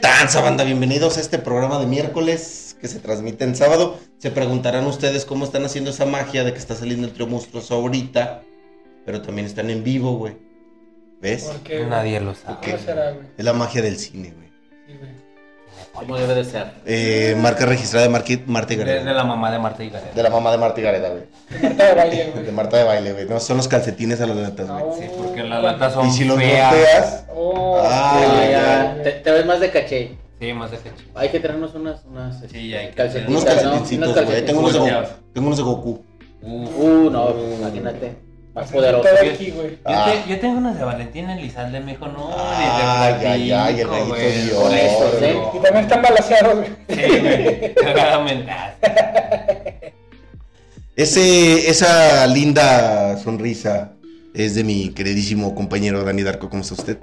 tranza, banda? Bienvenidos a este programa de miércoles que se transmite en sábado. Se preguntarán ustedes cómo están haciendo esa magia de que está saliendo el trío monstruoso ahorita, pero también están en vivo, güey. ¿Ves? ¿Por qué? güey? Nadie lo sabe. qué? ¿Cómo será, güey? Es la magia del cine, güey. Sí, güey. ¿Cómo debe de ser? Eh, marca registrada de Marqui- Marta y De, de Gareda. la mamá de Marta y Gareda. De la mamá de Marta y Gareda, güey. De Marta de baile, De güey. Ah, Marta de baile, güey. No, son los calcetines a las latas, güey. Sí, porque las latas son Y si los feas. volteas, Oh, Ah, güey, Ah, güey, ya. güey. Te, te ves más de caché. Sí, más de caché. Hay que traernos unas, unas este, Sí, hay que unos Unos calcetitas, ¿no? calcetincitos, güey. Ahí Tengo unos de Goku. Tengo unos de Goku. Uf. Uh, no, pues, imagínate. Más poderoso. Todo aquí, güey. Yo, Ah. te- yo tengo unas de Valentín Elizalde, me dijo, no, "Pues Ay, ay, ay, el gallito Dior, güey. Y también están balaseados, güey. ¿eh? Sí, güey, claramente. Ese, esa linda sonrisa es de mi queridísimo compañero Dani Darko. ¿Cómo está usted?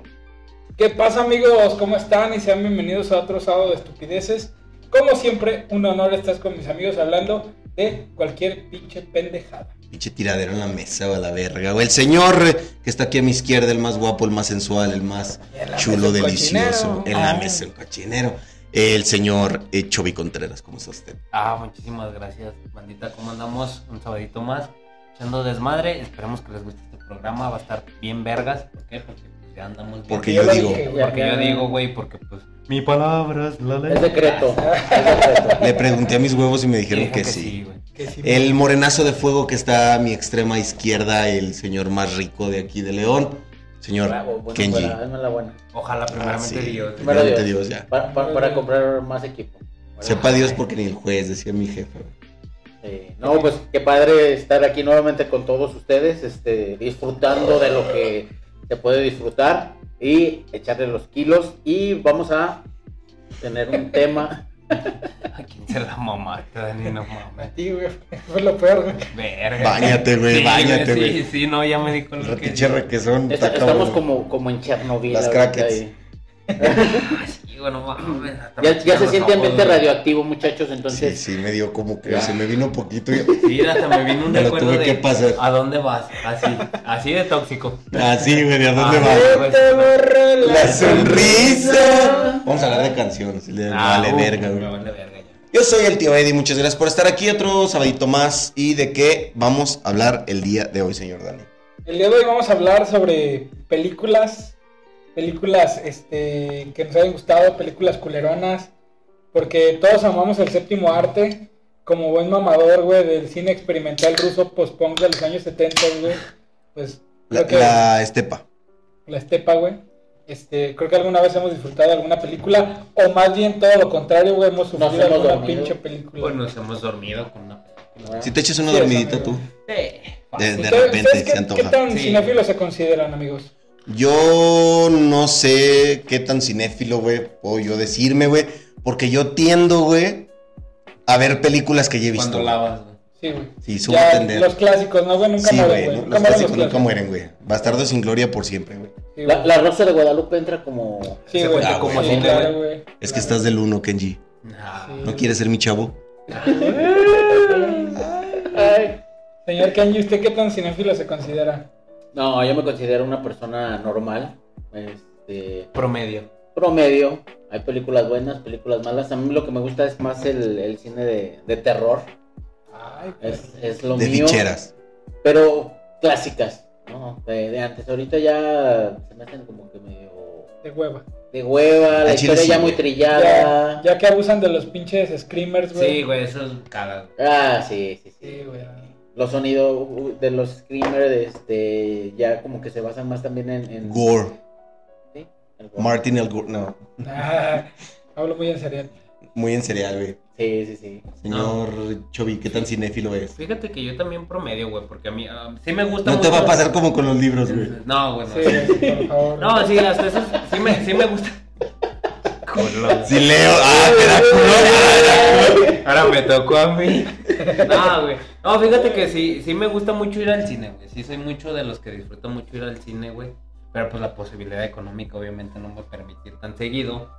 ¿Qué pasa amigos? ¿Cómo están? Y sean bienvenidos a otro sábado de estupideces. Como siempre, un honor estar con mis amigos hablando de cualquier pinche pendejada. Pinche tiradero en la mesa o a la verga. O el señor que está aquí a mi izquierda, el más guapo, el más sensual, el más En la chulo, mesa el delicioso. cochinero. En la Ah. mesa, el cochinero. El señor eh, Chovy Contreras. ¿Cómo está usted? Ah, muchísimas gracias, bandita. ¿Cómo andamos? Un sabadito más. Echando desmadre. Esperemos que les guste este programa. Va a estar bien vergas. ¿Por qué? Porque pues, ya andamos bien. Porque Ya yo lo digo, dije, güey. Porque yo digo, güey, porque pues. Mi palabra es la Es secreto. Es secreto. Le pregunté a mis huevos y me dijeron que, sí. güey. Que sí, güey. El morenazo de fuego que está a mi extrema izquierda, el señor más rico de aquí de León. Señor Bravo, bueno, Kenji. buena, hazme la buena. Ojalá, primeramente Ah, sí. Dios. güey. Primero Primeramente Dios. Dios, ya. Para, para- para comprar más equipo. Bueno, Sepa Dios porque ni el juez, decía mi jefe. sí. No, pues qué padre estar aquí nuevamente con todos ustedes, este, disfrutando de lo que se puede disfrutar y echarle los kilos. Y vamos a tener un tema. ¿A quién se la mamaste, Dani? No mames. Sí, güey. Fue lo peor, güey. Verga. Báñate, güey, Sí, báñate, güey. Sí, sí, no, ya me dijo El lo que. retiche requesón. Esta- está estamos cabrón. como, como en Chernobyl. Las ahorita crackets. ahí. Sí, güey, no mames. hasta Ya, me ya los se siente ojos, ambiente güey. radioactivo, muchachos, Sí, entonces. sí, me dio como que Ya. se me vino poquito. y- Sí, hasta me vino un Me lo recuerdo tuve de que pasar. ¿A dónde vas? Así, así de tóxico. Así, güey, ¿de a dónde Ah, vas? güey. Se te borró La sonrisa. Vamos a hablar de canciones. Le vale uh, verga, me güey. vale verga ya. Yo soy el tío Eddie, muchas gracias por estar aquí otro sabadito más. ¿Y de qué vamos a hablar el día de hoy, señor Dani? El día de hoy vamos a hablar sobre películas, películas este, que nos hayan gustado, películas culeronas, porque todos amamos el séptimo arte, como buen mamador, güey, del cine experimental ruso post-punk de los años 70, güey, pues La, creo que la, la estepa. estepa, güey, este, creo que alguna vez hemos disfrutado de alguna película, o más bien todo lo contrario, güey, hemos sufrido hemos alguna dormido. pinche película. Pues nos hemos dormido con una. Si te echas una Sí, dormidita amigo. tú, de, Sí, de ¿Ustedes- repente ustedes se qué, qué antoja. tan Sí. cinéfilos se consideran, amigos? Yo no sé qué tan cinéfilo, güey, puedo yo decirme, güey, porque yo tiendo, güey, a ver películas que ya he visto. Cuando güey. lavas, güey. Sí, güey. Sí, subo a Ya, tender. los clásicos, ¿no, güey? Nunca sí, mueren, güey, güey. ¿no? los Nunca mueren los clásicos nunca clásicos. mueren, güey. Bastardos sin gloria por siempre, güey. Sí, La, güey. la Rosa de Guadalupe entra como. Sí, Se güey. cuenta como Sí, cine, claro, güey. Es que estás del uno, Kenji. Nah. Sí. ¿No quieres ser mi chavo? Ay. Señor Kenji, ¿usted qué tan cinéfilo se considera? No, yo me considero una persona normal. Este. Promedio. Promedio. Hay películas buenas, películas malas. A mí lo que me gusta es más el, el cine de, de terror. Ay, pues, Es, es lo de mío. ficheras. Pero clásicas, ¿no? De, de antes. Ahorita ya se me hacen como que medio. de hueva. De hueva, la Al chile historia sí, ya muy güey. trillada. Ya que abusan de los pinches screamers, güey. Sí, güey, eso es caga. güey. Ah, sí, sí, sí. Sí, güey. Los sonidos uh, de los screamers este, ya como que se basan más también en... en Gore. ¿sí? El gore. Martin el Gore. No, Ah, hablo muy en serio. muy en serial, güey. Sí, sí, sí. Señor Chovy, ¿qué tan cinéfilo es? Fíjate que yo también promedio, güey, porque a mí ah, sí me gusta No te mucho- va a pasar como con los libros, güey. No, güey, no. Sí, güey, por favor. No, sí, hasta eso sí me, sí me gusta. Culo. Si leo. ¡Ah, te da culo! Ahora me tocó a mí. No, güey. No, fíjate que sí, sí me gusta mucho ir al cine, güey. Sí soy mucho de los que disfruto mucho ir al cine, güey. Pero pues la posibilidad económica obviamente no me permite ir tan seguido.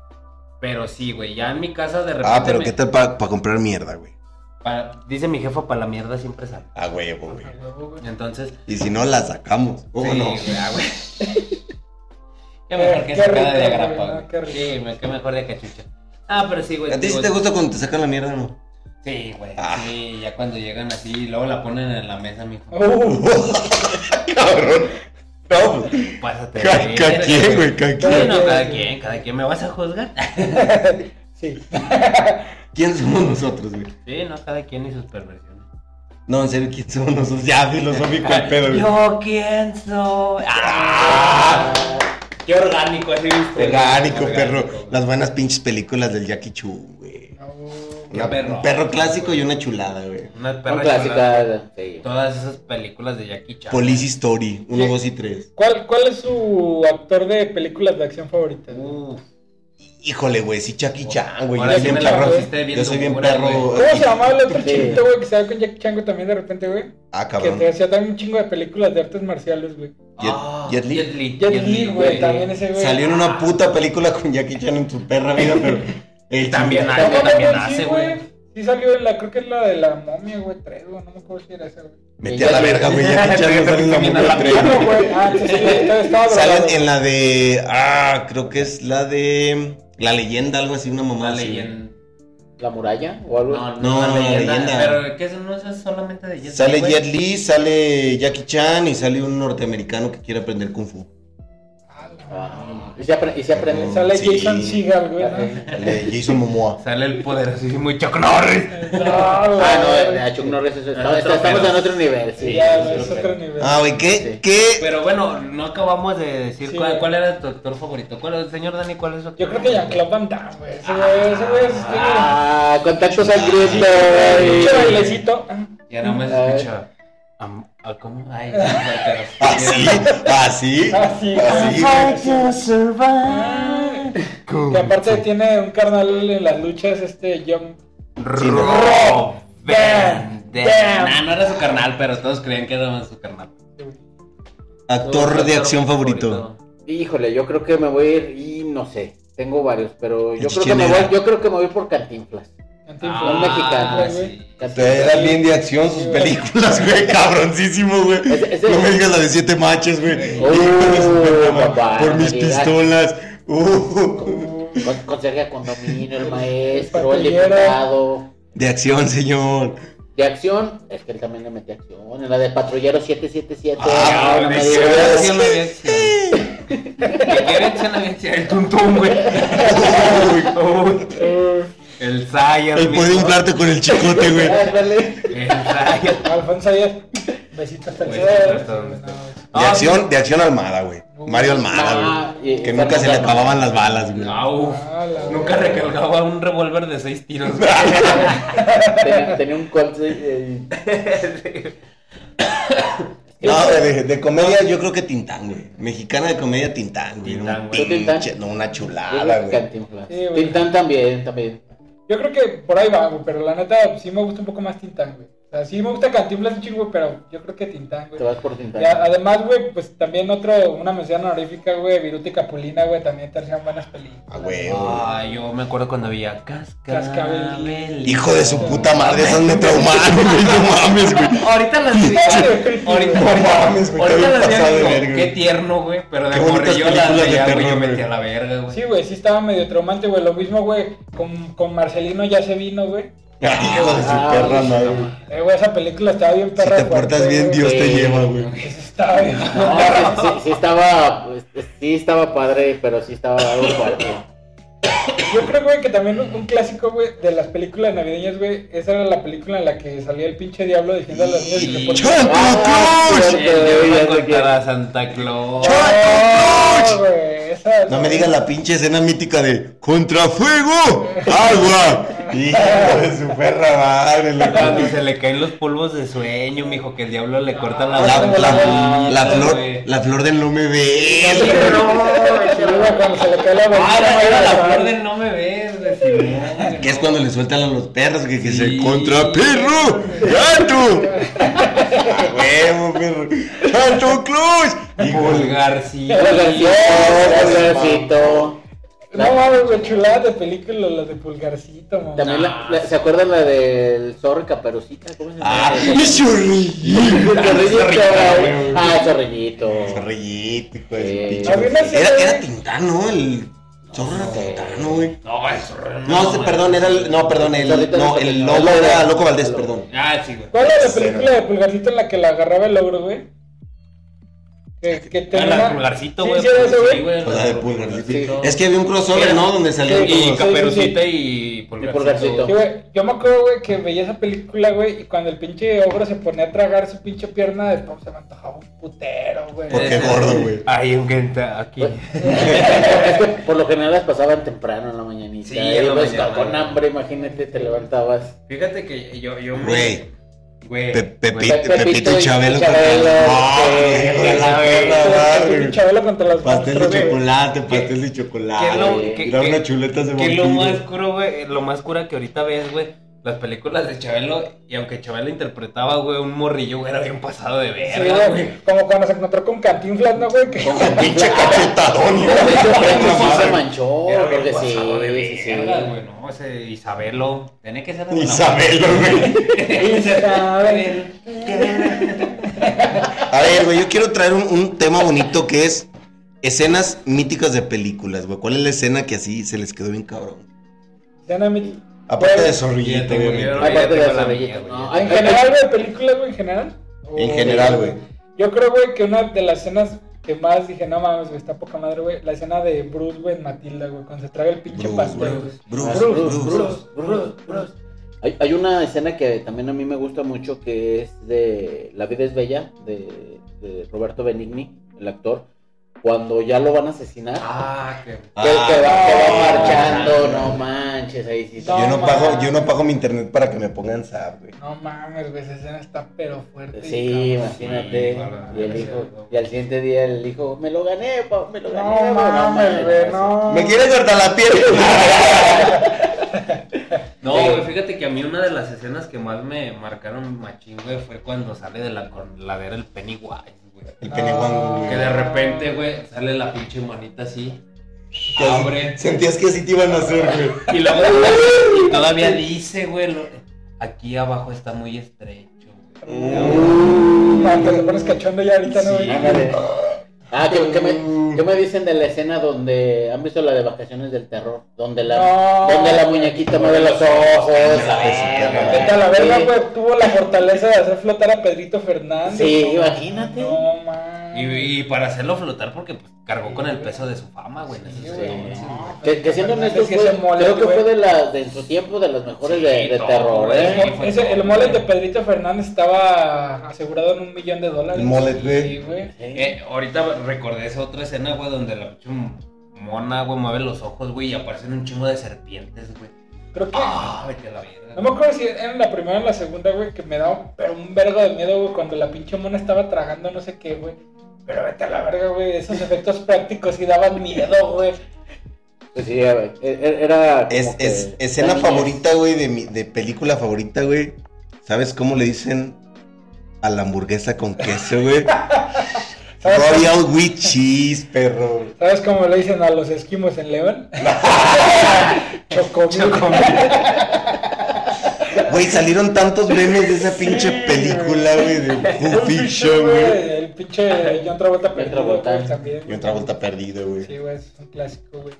Pero sí, güey. Ya en mi casa de repente... Ah, pero me- ¿qué tal para comprar mierda, güey? pa- Dice mi jefa, para la mierda siempre sale. A huevo, güey. A huevo, güey. Entonces... Y si no, la sacamos. ¿Cómo sí, no? güey, ah, güey. Qué mejor Eh, Qué que esa cara rico, de güey, agrapa, ¿no? güey. Qué rico. Sí, güey, qué mejor de cachucha. Ah, pero sí, güey. ¿A ti sí digo, te gusta cuando te sacan la mierda, no? Sí, güey. Ah. Sí, ya cuando llegan así, y luego la ponen en la mesa, mijo. Uh, Cabrón. No, pues, Pásate. ca- ca- quién, güey, ca- Sí, quién. no, cada quien, cada quien. ¿Me vas a juzgar? sí. ¿Quién somos nosotros, güey? Sí, no, cada quien y sus perversiones. Ah, No, en serio, ¿quién somos nosotros? Ya, filosófico el pedo, güey. Yo quién soy. ¡Ah! Qué orgánico, así viste. Orgánico, perro. Orgánico, güey. Las buenas pinches películas del Jackie Chu, güey. No. Una- perro. Un perro clásico y una chulada, güey. Una Son perra chulada. clásicas. sí. Todas esas películas de Jackie Chan. Police Story, 1, Sí. 2 y 3. ¿Cuál, ¿Cuál es su actor de películas de acción favorita? Uf. Híjole, güey, sí, Jackie Chan, güey. Yo Ahora soy sí bien me la perro. pusiste bien Yo soy bien dura, perro. güey. ¿Cómo se llamaba el otro Sí. chiquito, güey, que salió con Jack Chango también de repente, güey? Ah, Que cabrón. te hacía también un chingo de películas de artes marciales, güey. Jet- Ah, Jet Li. Jet Li, güey, también ese, güey. Salió en una puta película con Jackie Chan en su perra vida, pero. Él También No, algo no, también güey, sí, hace, güey. Sí salió en la, creo que es la de la momia, güey, tres, güey, no me acuerdo si era esa, güey. Mete a la verga, güey. Jackie Chan no sale en la También a mujer la tres. Ah, no, güey, ah, sí, sí, estaba- estaba drogado. Salen en la de. Ah, creo que es la de. La leyenda, algo así, una mamá. Una así. leyenda. ¿La muralla o algo? No, No, no, una no, la leyenda. leyenda. Pero que eso no es solamente de Jet Li. Sale güey. Jet Li, sale Jackie Chan y sale un norteamericano que quiere aprender Kung Fu. Ah, la- Ah, y se aprende, y se aprende. Mm. Sale Sí. Jason Segal, güey. Ah, ¿no? Sale Jason Momoa. Sale el poderosísimo Chuck Norris. No, güey. Ah, no, a Chuck Norris es- Era otro está- estamos pedo. en otro nivel, Sí, sí. ya, sí, güey, es sí, otro sí. nivel. Ah, güey, ¿qué? Sí. ¿Qué? Pero bueno, no acabamos de decir Sí, cuál, güey. cuál era tu actor favorito. ¿Cuál, señor Dani, cuál es su Yo creo que Jean-Claude Van Damme, güey. Ese güey, ese güey es. Ah, contacto sangriento. tiene güey. mucho bailecito. Ah, Ya nada más Ay. escucha. am- ah, ¿Cómo? Ay, sí, pero- Así, así. Así, Así, ah, güey. Ah. Que aparte tiene un carnal en las luchas, este John. Rob Van Dam- Dam. Nah, no era su carnal, pero todos creían que era su carnal. Actor de acción favorito. Híjole, yo creo que me voy a ir y no sé. Tengo varios, pero yo El creo que me Chichen voy, Itza. yo creo que me voy por Cantinflas. Antiinflamatorio, un Ah, mexicano, sí. Cantinflas. Era bien de acción sus películas, güey. Cabroncísimo, güey. Ese- ese- No me digas la de siete machos, güey. Oh, Híjole, su puta madre. papá, Por mis no digas. pistolas. Uh. güey. Con, conserje condominio, el maestro, el Patrullero. diputado. De acción, señor. De acción, es que él también le mete acción. En la de patrullero 777. Ah, no me de digas. Que acción. acción había acción. Que quiere acción había acción. El tuntum, güey. Eh, El Sayas. Él puede inflarte con el chicote, güey. Ándale. El Sayas. Alfonso Ayer. Besito hasta el Besito cielo. hasta donde está. De Ah, acción, de acción Almada, güey. Mario Almada, Ah, güey. y- Que nunca se le Fernando acababan las balas, güey. Au. Ah, la Nunca verga. recargaba un revólver de seis tiros. güey. Ah, Tenía, tenía un colt. eh, No, güey, de, de comedia yo creo que Tintán, güey. Mexicana de comedia Tintán, güey. Tintán, Un güey. ¿Tintán? pinche- no, una yo chulada, creo que güey. Cantinflas. Sí, güey. Tintán también, también. Yo creo que por ahí va, güey, pero la neta sí me gusta un poco más Tintán, güey. O sea, sí me gusta Cantinflas un chingo, pero yo creo que Tintán, güey. Te vas por Tintán. Y a- además, güey, pues también otro, una mención honorífica, güey, Viruta y Capulina, güey, también te hacían buenas películas. Ah, güey. Ay, yo me acuerdo cuando veía Cascabel. Cascabel. Hijo de su puta madre, esas me traumaron, güey. No mames, güey. Ahorita las vi. Pinche- Ahorita, No ahorita- mames, güey, ahorita qué las vi. pasado de digo, verga. Qué tierno, güey. Pero de Qué bonitas morrillo las películas de veía, güey. Yo terror, metí güey. a la verga, güey. Sí, güey, sí estaba medio traumante, güey. Lo mismo, güey, con, con Marcelino ya se vino, güey. Ay, hijo de su Ah, perra sí, madre. Eh, güey, esa película estaba bien Si perra. te portas fuerte, bien, güey. Dios te Sí. lleva, güey. Esa estaba bien. No, sí, sí- sí estaba, pues, sí estaba padre, pero sí estaba algo fuerte. Yo creo, güey, que también un, un clásico, güey, de las películas navideñas, güey. Esa era la película en la que salía el pinche diablo diciendo a las niñas que por- ¡Chato Cruz! sí. El diablo Ya sé contra Santa Claus. Chon- No, güey, esa- No me digas la pinche escena mítica de ¡Contrafuego! ¡Agua! Hijo de su perra madre, loco. Cuando se le caen los polvos de sueño, mijo, que el diablo le corta la La, la- barbilla, la flor, güey. la flor del no me Sí, ves. Sí, güey, cuando se le cae la Ah, barbilla, era, güey, era la la- flor del no me ves, güey, Simón, güey, Que es no. cuando le sueltan a los perros que, que se Sí. contra perro, gato, A huevo perro, Santo Cruz, hijo de- Pulgarcillo. Pulgarcito, sí, pulgarcito. No mames, güey, chuladas de película, las de Pulgarcito, mamá. También Nah. la, la- ¿Se acuerdan la del zorro caperucita? ¿Cómo se llama? ¡Ah! ¡Es churrillito! zorrillito, güey. Ah, güey. Ah, zorrillito. Zorrillito, hijo de Sí. su pinche A mí me madre. Era, hacía- era Tintán, ¿no? El zorro era Tintán, ¿no, güey. No, el zorro. No, se- güey. perdón, era el. No, perdón, el. Zorrito No, no se el pintó. loco era Loco Valdés, Loco. perdón. Ah, sí, güey. ¿Cuál era la Cero. película de Pulgarcito en la que la agarraba el ogro, güey? Que, que Ah, tenía la una- de pulgarcito, Sí, güey. sí, era ese, güey. O sea, de Pulgarcito. Pulgarcito. Es que había un crossover, Era- ¿no? Donde salían Sí, Y todos. caperucita y Pulgarcito. Sí, güey, yo me acuerdo, güey, que veía esa película, güey, y cuando el pinche ogro se ponía a tragar su pinche pierna de pop, se me antojaba un putero, güey. Porque gordo, güey. Ay, aunque está aquí. es que por lo general las pasaban temprano en la mañanita. Sí, Y en la ibas mañana. Con hambre, imagínate, te levantabas. Fíjate que yo, yo me. Güey. Güey. Pe- Pepito, Pepito y Pepito y Chabelo. Chabelo, contra- ¡Ah, sí, hijo de la la perra, Pinche madre! Chabelo contra las Pastel de monstruos, güey. chocolate, pastel de chocolate. ¿Qué lo- güey. qué- Era qué- una chuleta de Que lo más vampiro. cura, güey, eh, lo más cura que ahorita ves, güey, las películas de Chabelo, y aunque Chabelo interpretaba, güey, un morrillo, güey, era bien pasado de Sí, verga, güey, güey. Como cuando se encontró con Cantinflas, ¿no, güey? Que... Con pinche cachetadón. hijo de Pero la perra, sí se madre. manchó, Era bien porque sí, pasado de sí, sí. verga, güey, no, ese Isabelo, tenía que ser de buena Isabelo, güey. manera. Isabel. A ver, güey, yo quiero traer un, un tema bonito que es escenas míticas de películas, güey. ¿Cuál es la escena que así se les quedó bien cabrón? Ya no me- Aparte de Ya Zorrillito, tengo güey. miedo, Aparte ya tengo de la las mía, orejitas, güey. ¿no? Ah, En general, güey, películas, güey, en general. O- En general, güey. Yo creo, güey, que una de las escenas que más dije, no mames, güey, está poca madre, güey, la escena de Bruce, güey, en Matilda, güey, cuando se traga el pinche Bruce, pastel. güey. güey. Bruce, Bruce, Bruce, Bruce. Bruce, Bruce. Hay, hay una escena que también a mí me gusta mucho que es de La vida es bella de, de Roberto Benigni, el actor, cuando ya lo van a asesinar. Ah, que... que, que va, que Ah. va marchando, no manches, ahí sí. No. Yo no pago, yo no pago mi internet para que me pongan zap, güey. No mames, güey, esa escena está pero fuerte. Sí, cabrón. imagínate. Sí, para- Y el hijo, y al siguiente día el hijo, me lo gané, pa, me lo gané. pa, No mames, güey, no. ¿Me quieres cortar la piel? Ah, No, Sí. güey, fíjate que a mí una de las escenas que más me marcaron machín, güey, fue cuando sale de la coladera el Pennywise, güey. El Pennywise, güey. Que de repente, güey, sale la pinche manita así. Que así- Abre. Sentías que así te iban a hacer, güey. Y luego y todavía dice, güey, lo- aquí abajo está muy estrecho. güey. Uh. Cuando Ah, te pones cachondo ya ahorita, ¿no, Sí. güey? Ándale. Ah, ¿qué, qué me, qué me dicen de la escena donde han visto la de Vacaciones del Terror? Donde la, No. donde la muñequita mueve los ojos. verga. Vete a la verga, Sí. güey, tuvo la fortaleza de hacer flotar a Pedrito Fernández. Sí, no mames. imagínate. No mames. Y, y para hacerlo flotar porque pues, cargó con el peso de su fama, güey. en esos Sí. entonces, güey. Que, que siendo Fernández honesto, sí es fue, el mole, creo que güey. fue de, la, de en su tiempo de las mejores Sí, de, de todo, terror, güey. ¿eh? Sí, fue Ese- el todo, molet de güey. Pedrito Fernández estaba asegurado en un millón de dólares. El molet, güey. Sí, güey. Eh, ahorita recordé esa otra escena, güey, donde la pinche mona, güey, mueve los ojos, güey, y aparecen un chingo de serpientes, güey. Creo que. Ah, vete a la verga. No me acuerdo si era en la primera o en la segunda, güey, que me daba pero un vergo de miedo, güey, cuando la pinche mona estaba tragando no sé qué, güey. Pero vete a la verga, güey. Esos efectos prácticos sí daban miedo, güey. Pues sí, a ver, e- e- era. como Es, que es escena la niñez. favorita, güey, de, mi- de película favorita, güey. ¿Sabes cómo le dicen a la hamburguesa con queso, güey? ¿Sabes cómo- Royal with cheese, perro. ¿Sabes cómo le dicen a los esquimos en León? Chocomil. Güey, salieron tantos memes de esa pinche Sí, película, güey, de Pulp Fiction, güey. El pinche John Travolta perdido, güey, Travolta. también. Y otra vuelta perdido, güey. Sí, güey, es un clásico, güey.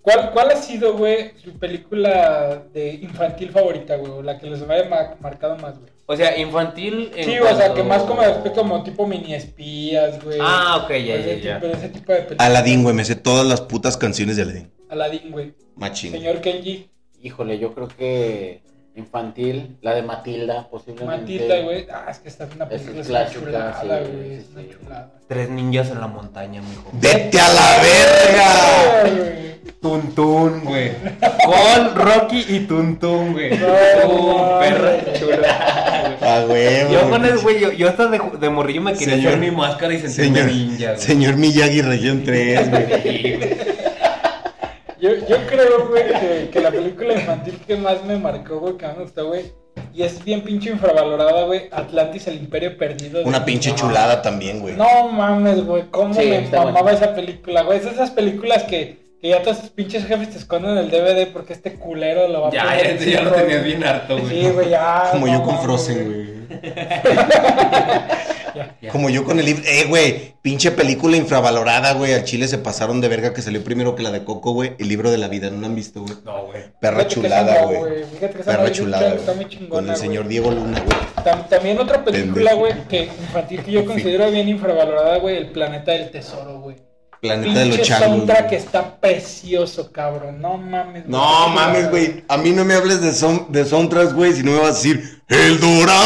¿Cuál, ¿Cuál ha sido, güey, su película de infantil favorita, güey? O la que les haya ma- marcado más, güey. O sea, infantil. en Sí, o sea, cuanto- que más como de aspecto como tipo mini espías, güey. Ah, ok, ya, ese ya, tipo, ya. ese tipo de películas. Aladdin, güey, me sé todas las putas canciones de Aladdin. Aladdin, güey. Machín. Señor Kenji. Híjole, yo creo que infantil, la de Matilda, posiblemente. Matilda, güey. Ah, es que está una Es película es una clásica, chulada, sí, güey. sí, Es una sí. chulada. Tres ninjas en la montaña, mijo. ¡Vete a la verga! Ay, güey. Tuntún, güey. Con Rocky y Tuntún, güey. No, Tuntún, no, perra no. chula. A huevo. Yo con el güey, yo, yo hasta de, de morrillo me quería Señor- hacer mi máscara y sentirme Señor, ninja, güey. señor Miyagi, región 3, güey. Sí, güey. Yo, yo Ah. creo, güey, que, que la película infantil que más me marcó, güey, que más me gustó, güey. Y es bien pinche infravalorada, güey. Atlantis, el imperio perdido. de- Una pinche chulada también, güey. No mames, güey. ¿Cómo Sí, me está mamaba bueno. esa película, güey? Es de esas películas que Que ya todos tus pinches jefes te esconden el DVD porque este culero lo va a Ya, poner ya, en ya lo cinco. tenías bien harto, güey. Sí, güey, ya. Como no yo con mames, Frozen, güey. Ya. Como yo con el libro. Eh, güey, pinche película infravalorada, güey. Al Chile se pasaron de verga que salió primero que la de Coco, güey. El libro de la vida, no la han visto, güey. No, güey. Perra Fíjate que chulada, esa no, güey. Fíjate que esa Perra no, yo creo que chulada, está muy güey. chingona, Con el güey. señor Diego Luna, güey. Tam- también otra película, Pendejo. güey, que infantil que yo considero bien infravalorada, güey, El Planeta del Tesoro, güey. Planeta de los Pinche changos. soundtrack güey. está precioso, cabrón. No mames. güey. No mames, güey. A mí no me hables de, son, de soundtracks, güey, si no me vas a decir El Dorado.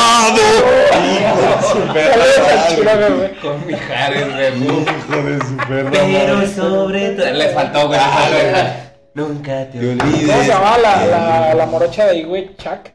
Hijo de su perra Saludos al madre. Churame, güey. Con Mijares, güey. Hijo de su perra Pero madre. sobre todo. Les faltó, güey. Ah, güey. güey. Nunca te Te olvides. olvides. ¿Cómo se llamaba la, la, la morocha de ahí, güey? Chuck.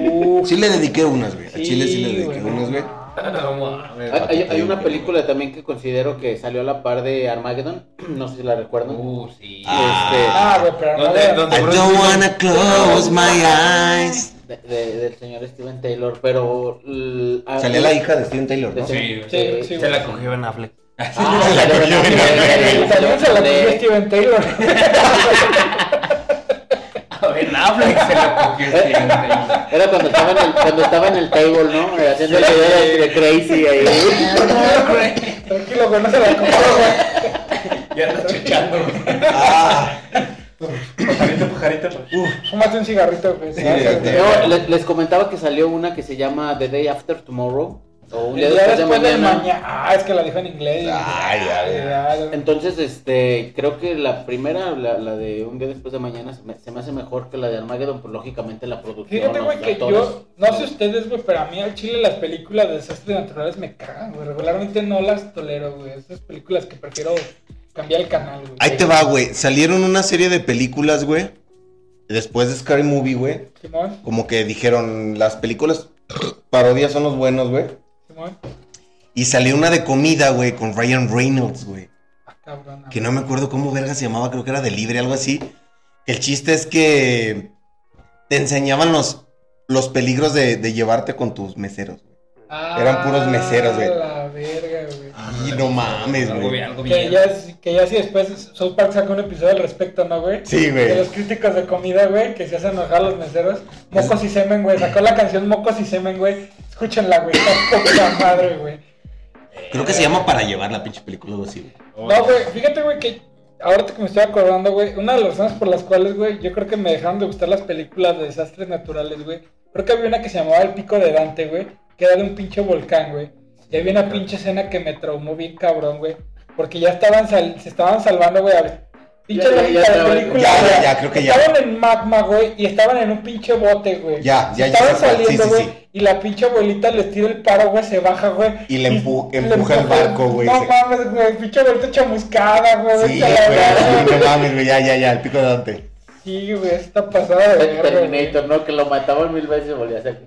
Uh, Sí le dediqué unas, güey. A Chile sí le sí, dediqué güey. unas, güey. No, mames. Hay, hay- hay una Patito. película también que considero que salió a la par de Armageddon. No sé si la recuerdan. este, Uh, sí. Ah, güey, pero no, ¿Dónde- güey. dónde? I don't wanna close my eyes. de- de- del señor Steven Taylor, pero. l- a- Salía la hija de Steven Taylor, ¿no? De- Sí, Sí, sí, sí, Se güey. la cogió Ben Affleck. Ah, Se la salió cogió Ben bien, Affleck, güey. También se la cogió de- Steven Taylor. A Ben Affleck se la cogió. Steven Taylor. Era cuando estaba, en el, cuando estaba en el table, ¿no? Haciendo el video de, de Crazy ahí. Tranquilo, güey, no se la cogió, güey. Ya está chuchando, güey. Ah, Pajarito, pajarito. uf. Fúmate un cigarrito, güey. Sí, No, güey, se- te- Yo les, les comentaba que salió una que se llama The Day After Tomorrow. O un día Ya después de después del mañana. mañana. Ah, es que la dijo en inglés. Ay, ay, ay. Entonces, este, creo que la primera, la, la de un día después de mañana, se me, se me hace mejor que la de Armageddon, pues lógicamente la producción. Fíjate, los güey, que actores, yo, no sé ustedes, güey, pero a mí al chile las películas de desastres naturales me cagan, güey. Regularmente no las tolero, güey. Esas películas que prefiero cambiar el canal, güey. Ahí te va, güey. Salieron una serie de películas, güey. Después de Scary Movie, güey. Simón, Como que dijeron, las películas parodias son los buenos, güey. Simón. Y salió una de comida, güey, con Ryan Reynolds, güey. Ah, cabrón. Que no me acuerdo cómo verga se llamaba, creo que era de libre, algo así. El chiste es que te enseñaban los, los peligros de, de llevarte con tus meseros. güey. Ah, eran puros meseros, güey. Ah, la verga, güey. Y no mames, Algo bien, güey. algo Que bien. ya, si- que ya si después South Park saca un episodio al respecto, ¿no, güey? Sí, De güey. los críticos de comida, güey, que se hacen enojar a los meseros. Mocos y semen, güey. Sacó la canción Mocos y semen, güey. Escúchenla, güey. Está poca madre, güey. Creo que se llama Para Llevar la pinche película algo así, güey. No, güey, fíjate, güey, que ahorita que me estoy acordando, güey, una de las razones por las cuales, güey, yo creo que me dejaron de gustar las películas de desastres naturales, güey. Creo que había una que se llamaba El Pico de Dante, güey, que era de un pinche volcán, güey. Y había una pinche escena que me traumó bien cabrón, güey. Porque ya estaban sal- se estaban salvando, güey. a ver, Pinche Ya, ya, lógica ya de estaba- película. ya, güey. ya, ya, creo que ya. Estaban en magma, güey, y estaban en un pinche bote, güey. Ya, Se ya, ya Estaban sé cuál, sí, saliendo, sí, güey. sí. Y la pinche abuelita les tira el paro, güey, se baja, güey. Y le empu- empuja el barco, güey, No se- mames, güey. Pinche abuelita chamuscada, güey. Sí, vete a güey. la verga. No mames, güey. Ya, ya, ya. El pico de Dante. Sí, güey, está pasada de Ter- verga, güey. Terminator, ¿no? Que lo mataban mil veces y volvía a hacer.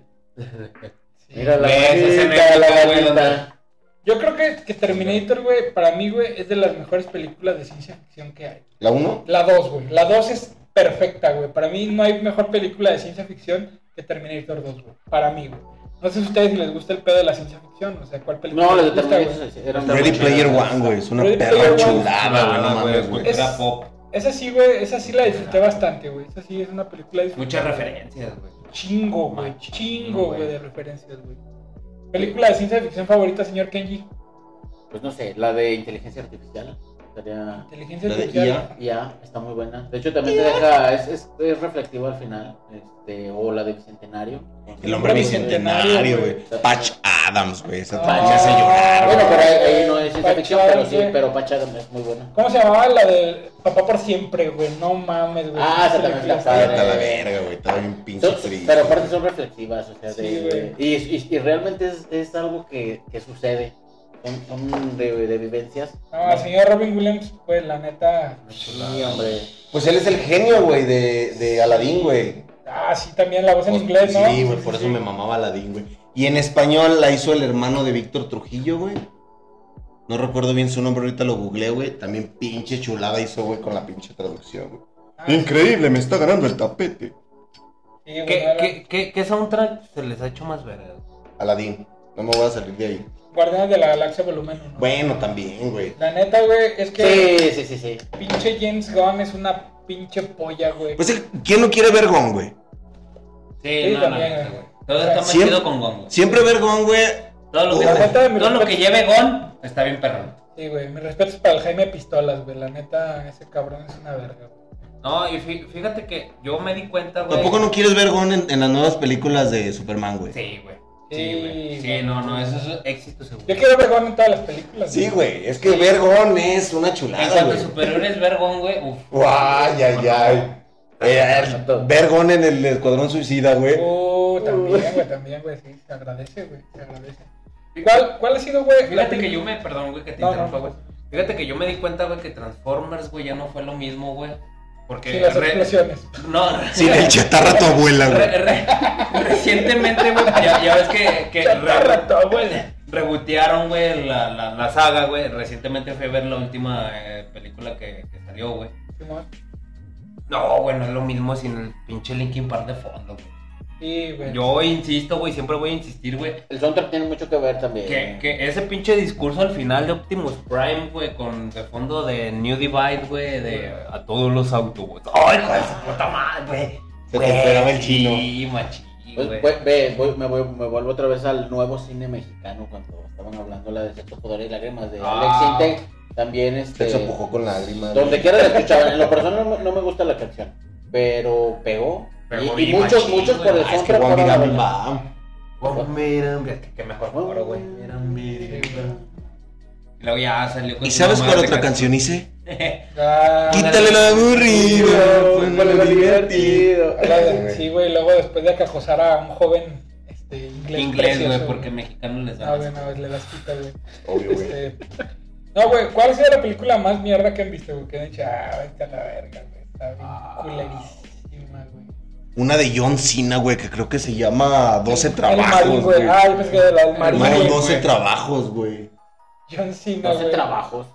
Mira la Ves, esa manita, la escena, güey, manita. Yo creo que, que Terminator, güey, para mí, güey, es de las mejores películas de ciencia ficción que hay. ¿La uno? La 2, güey. La 2 es perfecta, güey. Para mí no hay mejor película de ciencia ficción que Terminator 2, güey. Para mí, güey. No sé si a ustedes si les gusta el pedo de la ciencia ficción, o sea, cuál película No, los de les gusta, güey. Terminator eran Ready muy Player chidas. One, güey. Es una Ready Player perra One. Ah, chulada, güey. No Nada, mames, güey. Cultura Es- pop. Esa sí, güey, esa sí la disfruté bastante, güey. Esa sí es una película de Muchas referencias, güey. chingo, güey. Machín, Chingo, güey, güey. de referencias, güey. Película de ciencia ficción favorita, señor Kenji. Pues no sé, la de inteligencia artificial. Estaría. Inteligencia La de artificial. Ya, está muy buena. De hecho, también te deja. Es, es, es reflectivo al final. Este, o la de Bicentenario. El hombre bicentenario, güey. Patch Adams, güey. Esa también me hace llorar, Bueno, güey. pero ahí, ahí no es ciencia Patch ficción, Adams, pero sí, güey. pero Patch Adams es muy buena. ¿Cómo se llamaba la del Papá por siempre, güey? No mames, güey. Ah, esa también Película está padre. Vete a la verga, güey. Estaba bien pinche Son- triste. pero aparte son reflexivas, o sea, Sí, de, güey. y, y- y realmente es, es algo que, que sucede. Son, son de, de vivencias. No, el señor Robin Williams, pues, la neta. Sí, hombre. Pues él es el genio, güey, de, de Aladdin, güey. Ah, sí, también la voz en Pues, inglés, ¿no? Ah, Sí, güey, por eso sí. me mamaba Aladdin, güey. Y en español la hizo el hermano de Víctor Trujillo, güey. No recuerdo bien su nombre, ahorita lo googleé, güey. También pinche chulada hizo, güey, con la pinche traducción, güey. Ah, Increíble, me está ganando el tapete. sí, güey, ¿Qué, era- qué, qué, qué soundtrack se les ha hecho más verga? Aladdin, no me voy a salir de ahí. Guardianes de la Galaxia Volumen 1. Bueno, también, güey. La neta, güey, es que Sí, sí, sí, sí. pinche James Gunn es una pinche polla, güey. Pues, sí, ¿quién no quiere ver Gon, güey? Sí, Sí, no, también, la neta, güey. güey. Todo está Siempre- metido con Gon, güey. Siempre ver Gon, güey. Todo lo que, La neta de mi todo lo que respeto. lleve Gon está bien perrón. Sí, güey, mis respetos para el Jaime Pistolas, güey. La neta, ese cabrón es una verga. güey. No, y fí- fíjate que yo me di cuenta, güey. Tampoco no quieres ver Gon en, en las nuevas películas de Superman, güey. Sí, güey. Sí, Sí, güey. güey. Sí, no, no, eso es éxito seguro. Yo quiero ver Gon en todas las películas. Sí, güey. Es que ver Gon es una En chulada, cuanto a güey. superiores, Vergón, güey, uf. Ay, ay, ay. Eh, el- ver Gon en el Escuadrón Suicida, güey. Oh, también, güey, también, güey. Sí, se agradece, güey. Se agradece. ¿Cuál, cuál ha sido, güey? la Fíjate que peli- yo me, perdón, güey, que te No, no, interrumpa, no. pues. güey. Fíjate que yo me di cuenta, güey, que Transformers, güey, ya no fue lo mismo, güey. Porque. Sí, las re- explosiones. No, Sin el chatarra a tu abuela, re- güey. re- recientemente, güey, ya, ya ves que. que Chatarra, re- tu abuela. Rebotearon, güey, la, la, la saga, güey. Recientemente fui a ver la última eh, película que, que salió, güey. Simón. No, güey, no es lo mismo sin el pinche Linkin Park de fondo, güey. Sí, Pues. güey. Yo insisto, güey, siempre voy a insistir, güey. El soundtrack tiene mucho que ver también. Que, que ese pinche discurso al final de Optimus Prime, güey, con de fondo de New Divide, güey, de a todos los Autobots. ¡Ay, hijo de su puta madre, güey! Se Güey, te esperaba el Sí, machín, Pues, güey. pues, ve, voy- me, voy- me vuelvo otra vez al nuevo cine mexicano cuando estaban hablando la de Sexo, Poder y Lágrimas de Ah. Alex Intec. También este. Se sopujó con lágrimas. Donde güey. quiera la escuchaban. En lo personal no, me- no me gusta la canción. Pero pegó. Pegó y, y bien muchos, machín, muchos güey. por el Ah, es que soundtrack. Guam, fueron a bam, bailar. bam. Wow, mira, mira, qué- qué mejor coro, güey. Mira, mira, mira. Y luego ya salió con ¿Y su sabes mamá cuál de otra que- canción hice? Ah, Quítale lo aburrido. Pues, ponle lo divertido. la de- Sí, güey, luego después de acajosar a un joven este, inglés. Inglés, precioso, Ah, güey, porque mexicanos les No, dan. güey, asco. no, le das quita, güey. Obvio, güey. Este, No, güey, ¿cuál ha sido la película más mierda que han visto, güey? Que han dicho, ah, vete a la verga, güey. Está bien Ah. culerísima, güey. Una de John Cena, güey, que creo que se llama 12 El Marín, trabajos, güey. Ah, yo pensé que era la del Marín. No, Marín, 12 güey. trabajos, güey. John Cena, No güey. hace trabajos.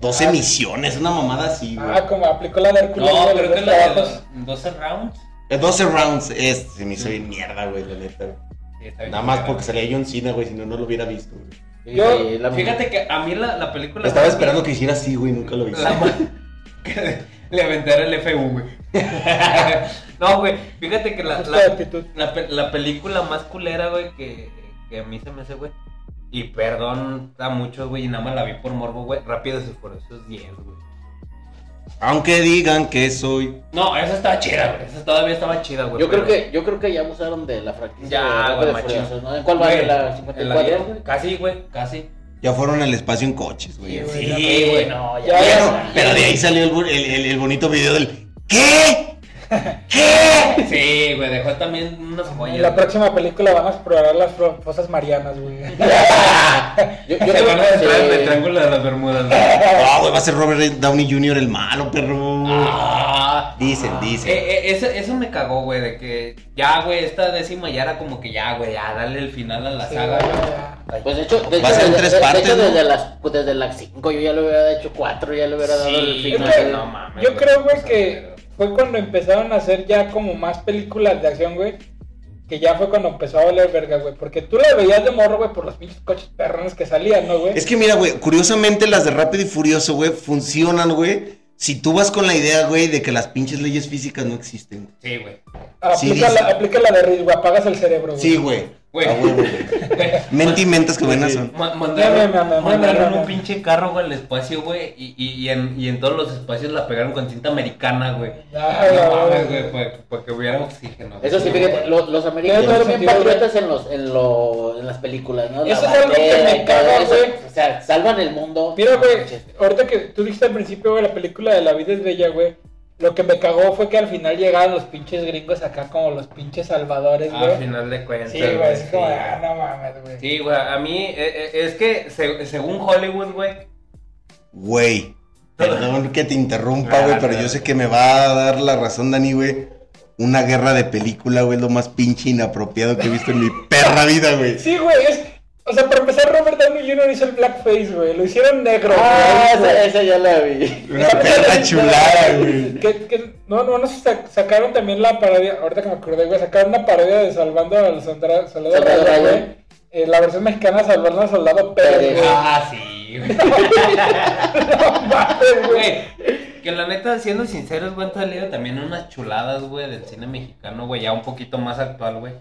12 Ah. misiones, una mamada así, güey. Ah, como aplicó la de Hércules. No, güey, creo los que dos la de trabajos. los 12 rounds. Eh, 12 rounds, es, se me hizo bien mierda, güey, la neta. güey. Sí, está bien Nada más culera. porque salía John Cena, güey, si no, no lo hubiera visto, güey. Y Yo- la- Fíjate que a mí la, la película. Estaba esperando que hiciera así, güey, nunca lo hizo. La ma- que le- le aventara el FU, güey. no, güey, fíjate que la, Justo de la, actitud. la pe- la película más culera, güey, que, que a mí se me hace, güey. Y perdón a muchos, güey, y nada más la vi por morbo, güey. Rápidos y Furiosos 10, güey. Aunque digan que soy. No, esa estaba chida, güey. Esa todavía estaba chida, güey. Yo creo, pero- que, yo creo que ya abusaron de la franquicia. Ya, de Rápido güey, y machín. Furioso, ¿no? ¿En cuál va? Güey, ¿En la en la 10, 54? güey. Casi, güey, casi. Ya fueron al espacio en coches, Sí, güey. güey. así. Sí, güey, no, ya. Ya, Pero, ya. pero de ahí salió el, bu- el- el- el bonito video del. ¿Qué? ¿Qué? Sí, güey, dejó también unas joyas. En la güey. próxima película van a explorar las fo- fosas marianas, güey. Yo, yo Se creo van a entrar en que el sí. triángulo de las Bermudas, güey. Ah, güey, va a ser Robert Downey Jr. el malo, perro. Ah. Dicen, dicen. Eh, eh, eso, eso me cagó, güey, de que ya, güey, esta décima ya era como que ya, güey, ya, dale el final a la Sí, saga. güey, güey. ya. Ay, Pues de hecho, de Va a hecho, ser en de- tres de- de partes, hecho, ¿no? desde, las, pues, desde las 5 yo ya le hubiera hecho 4, ya le hubiera dado el Sí, Es final. güey, que no mames, yo güey, creo, güey, pues, que fue cuando empezaron a hacer ya como más películas de acción, güey. Que ya fue cuando empezó a valer verga, güey. Porque tú la veías de morro, güey, por los pinches coches perrones que salían, ¿no, güey? Es que mira, güey, curiosamente las de Rápido y Furioso, güey, funcionan, güey. Si tú vas con la idea, güey, de que las pinches leyes físicas no existen. güey. Sí, güey. sí, Aplica, la, sí. aplica la de Riz, güey, apagas el cerebro, güey. Sí, güey. Güey. A Ah, huevo, güey. Mente y mentas que buenas son. Ma- Ya, güey, mamá, Mandaron, mamá, mandaron mamá. un pinche carro, güey, al espacio, güey, y, y, y en, y en todos los espacios la pegaron con cinta americana, güey. Ah, no güey. mames, güey, pues, para, para que hubiera oxígeno. güey. Eso sí, fíjate, lo- los Tiene americanos todo son bien sentido, patriotas en, los, en, lo, en las películas, ¿no? La Eso es algo que me bandera y todo caga, eso. güey. O sea, salvan el mundo. Mira, güey, Manches. ahorita que tú dijiste al principio, güey, la película de La vida es bella, güey. Lo que me cagó fue que al final llegaban los pinches gringos acá como los pinches salvadores, Al güey. final de cuentas. Sí, güey, así sí, como, güey. ah, no mames, güey. Sí, güey, a mí eh, eh, es que se- según Hollywood, güey, Güey. Perdón que te interrumpa, Ah, güey, pero claro. yo sé que me va a dar la razón, Dani, güey. Una guerra de película, güey, es lo más pinche inapropiado que he visto en mi perra vida, güey. Sí, güey, es. O sea, para empezar, Robert Downey Jr. hizo el blackface, güey. Lo hicieron negro. Ah, güey. esa, esa ya la vi. Una perra chulada, güey. Que, que- no, no, no se sac- sacaron también la parodia. Ahorita que me acordé, güey, sacaron una parodia de Salvando al Sandra- Salvador Salvador Raya, Raya. güey. eh, la versión mexicana salvaron al soldado Pérez, güey. Ah, sí, güey. No mames, güey. Güey, Que la neta, siendo sinceros, güey, han salido también unas chuladas, güey, del cine mexicano, güey, ya un poquito más actual, güey.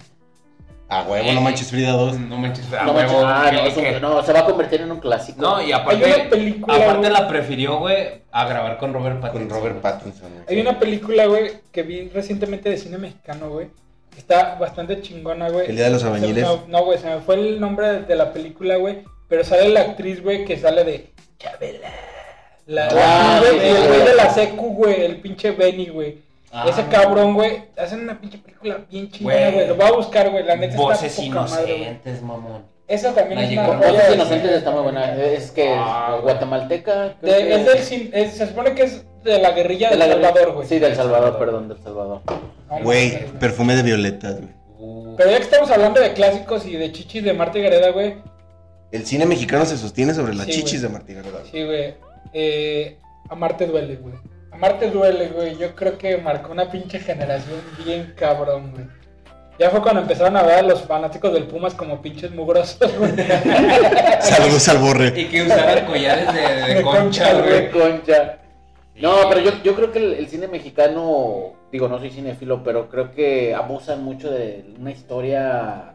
A huevo, no manches Frida 2. Mm. No manches, a No, huevo, manches, ah, no, que- es un- que- no, se va a convertir en un clásico. No, y Hay una aparte, película, aparte güey. la prefirió, güey, a grabar con Robert Pattinson. Con Robert Pattinson. Hay una película, güey, que vi recientemente de cine mexicano, güey. que Está bastante chingona, güey. El Día de los Se- Albañiles. No, no, güey, se me fue el nombre de la película, güey. Pero sale la actriz, güey, que sale de Chabela. La, la Ah, actriz, güey, sí, y el sí, güey sí. de la secu, güey, el pinche Benny, güey. Ah, Ese cabrón, güey, hacen una pinche película bien chingona, Güey. güey. Lo voy a buscar, güey, la neta Voces está poca madre, güey. inocentes, mamón. Esa también La es llegó. una Por joya voces de- inocentes está muy buena. eh. Es que Ah, es guatemalteca. creo de- que- es del cin- es- se supone que es de la guerrilla de del la- Salvador, güey. Ah, Sí, del Salvador, perdón, del Salvador. No, Güey, mames, perfume de violetas, güey. Uh, Pero ya que estamos hablando de clásicos y de chichis de Marta y Gareda, güey. El cine mexicano se sostiene sobre las Sí, chichis güey. de Martín Gareda. Sí, güey. Eh, Amarte duele, güey. Amarte duele, güey. Yo creo que marcó una pinche generación bien cabrón, güey. Ya fue cuando empezaron a ver a los fanáticos del Pumas como pinches mugrosos, güey. Saludos al borre. Y que usaban collares de, de De concha, concha, güey. Concha. No, pero yo, yo creo que el, el cine mexicano, digo, no soy cinefilo, pero creo que abusan mucho de una historia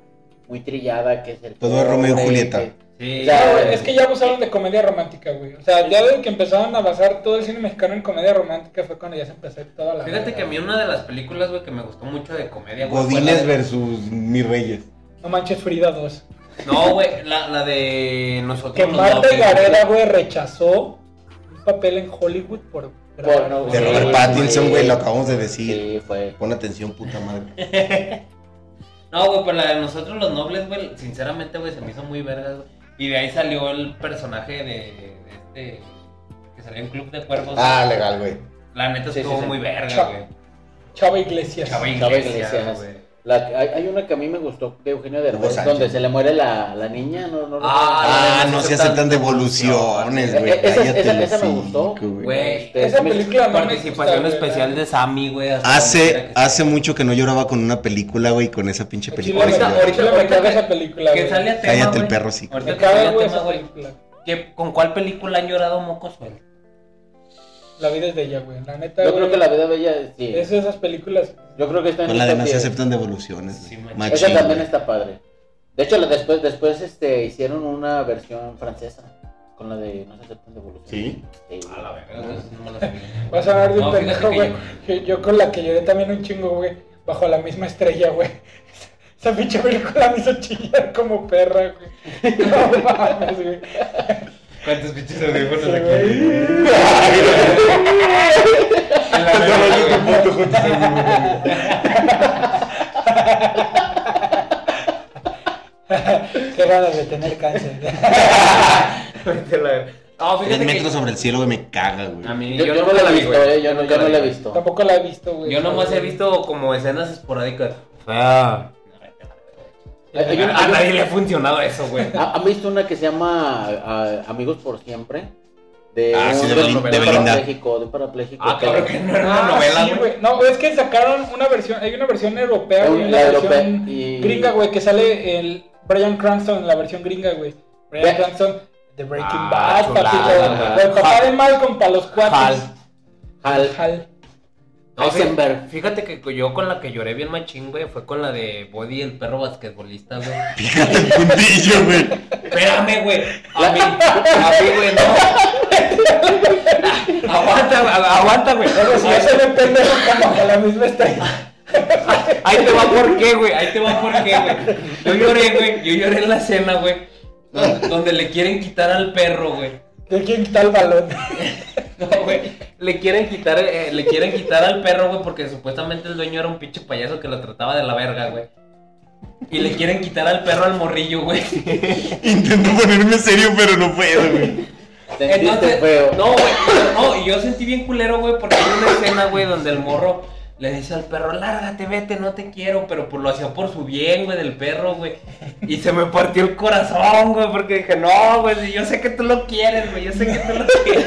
muy trillada que es el... Todo es Romeo y Julieta. que- Sí, Ya, No, güey. güey, es que ya abusaron de comedia romántica, güey. O sea, ya desde que empezaron a basar todo el cine mexicano en comedia romántica fue cuando ya se empezó toda la. Fíjate verga, que a mí una de las películas, güey, que me gustó mucho de comedia, güey. fue la Godines de- versus Mis Reyes. güey. No manches Frida 2. No, güey, la, la de nosotros. Que los Marta López, y Gareda, güey, rechazó un papel en Hollywood por. grabar, Por no- güey. De Sí, Robert Pattinson, sí. güey, lo acabamos de decir. Sí, fue... Pon atención, puta madre. No, güey, pero la de nosotros los nobles, güey, sinceramente, güey, se me hizo muy verga, güey. Y de ahí salió el personaje de, de este. que salió en Club de Cuervos. Ah, legal, güey. La neta Sí, estuvo sí, sí. muy verga, Chao. güey. Chava Iglesias. Chava Chava Iglesias, Iglesias. güey. la- hay, hay una que a mí me gustó de Eugenio Hugo Derbez, Sánchez. donde se le muere la, la niña, no, no, no. Ah, Ah, no se aceptan devoluciones, güey. Eh, esa- Cállate esa- el esa me hocico, gustó. Güey, Este, Esa me- película no me Participación gusta, güey, especial la- de Sammy, güey. hasta donde quiera Hace, que sea. hace mucho que no lloraba con una película, güey, con esa pinche Chile, película. ahorita- que- ahorita Ahorita me caga que- esa película, Que güey. sale a tema, Cállate el güey. perro, sí. Ahorita Me que sale caga, a güey, tema, esa güey. película. ¿Qué- ¿Con cuál película han llorado mocos, güey? La vida es de ella, güey. La neta, Yo güey, creo que la vida bella, sí. Es de esas películas. Yo creo que está en Con la de esta no se piel. aceptan devoluciones. güey. Sí, machín. Machín, Esa también güey. está padre. De hecho, la- después, después este, hicieron una versión francesa con la de No se aceptan devoluciones. Sí. Sí. A la verga, entonces no me la sabía. Vas a ver de un No, fíjate pendejo, que güey. yo- que Yo, con la que lloré también un chingo, güey. Bajo la misma estrella, güey. Esa pinche película me hizo chillar como perra, güey. No mames, güey. ¿Cuántos pinches audífonos Sí, aquí? güey. En la verga, güey. Qué raro de tener cáncer. Vete a la verga. No, Tres fíjate metros que... sobre el cielo, güey, me caga, güey. A mí, Yo, yo nunca no la he vi, visto, güey. eh, yo, no, yo no la he visto. Tampoco la he visto, güey. Yo nomás he visto como escenas esporádicas. Ah. Eh, Hay- hay una- A hay una- nadie le ha funcionado eso, güey. ¿Ha- ¿Han visto una que se llama ah, Amigos por Siempre? De Ah, sí, de un- Belin- un de Belinda. parapléjico, de un parapléjico. Ah, que- cabrón, que no era una Ah, novela, sí, güey. güey. No, es que sacaron una versión, hay una versión europea, Hay güey, y una una europea versión y- gringa, güey, que sale el Brian Cranston, la versión gringa, güey. Brian Ve- Cranston de Breaking Ah, Bad, chulada, papito. güey. O El papá Hal. de Malcolm para los cuates. Hal. Hal. Hal. No, fí- Heisenberg. Fíjate que yo con la que lloré bien machín, güey, fue con la de Body, el perro basquetbolista, güey. Fíjate el puntillo, güey. Espérame, güey. A mí, a mí, güey, no. Aguanta, güey, aguanta, güey. Pero si ese me pendejo como que la misma estrella. Ahí te va por qué, güey. Ahí te va por qué, güey. Yo lloré, güey. Yo lloré en la cena, güey. Donde, donde le quieren quitar al perro, güey. ¿De quién quita el balón? No, güey. Le quieren quitar, eh, le quieren quitar al perro, güey, porque supuestamente el dueño era un pinche payaso que lo trataba de la verga, güey. Y le quieren quitar al perro al morrillo, güey. Intento ponerme serio, pero no puedo, güey. Sentiste Entonces, feo. no, güey, no, y yo sentí bien culero, güey, porque hay una escena, güey, donde el morro le dice al perro, lárgate, vete, no te quiero, pero pues lo hacía por su bien, güey, del perro, güey. Y se me partió el corazón, güey, porque dije, no, güey, si yo sé que tú lo quieres, güey, yo sé que tú lo quieres.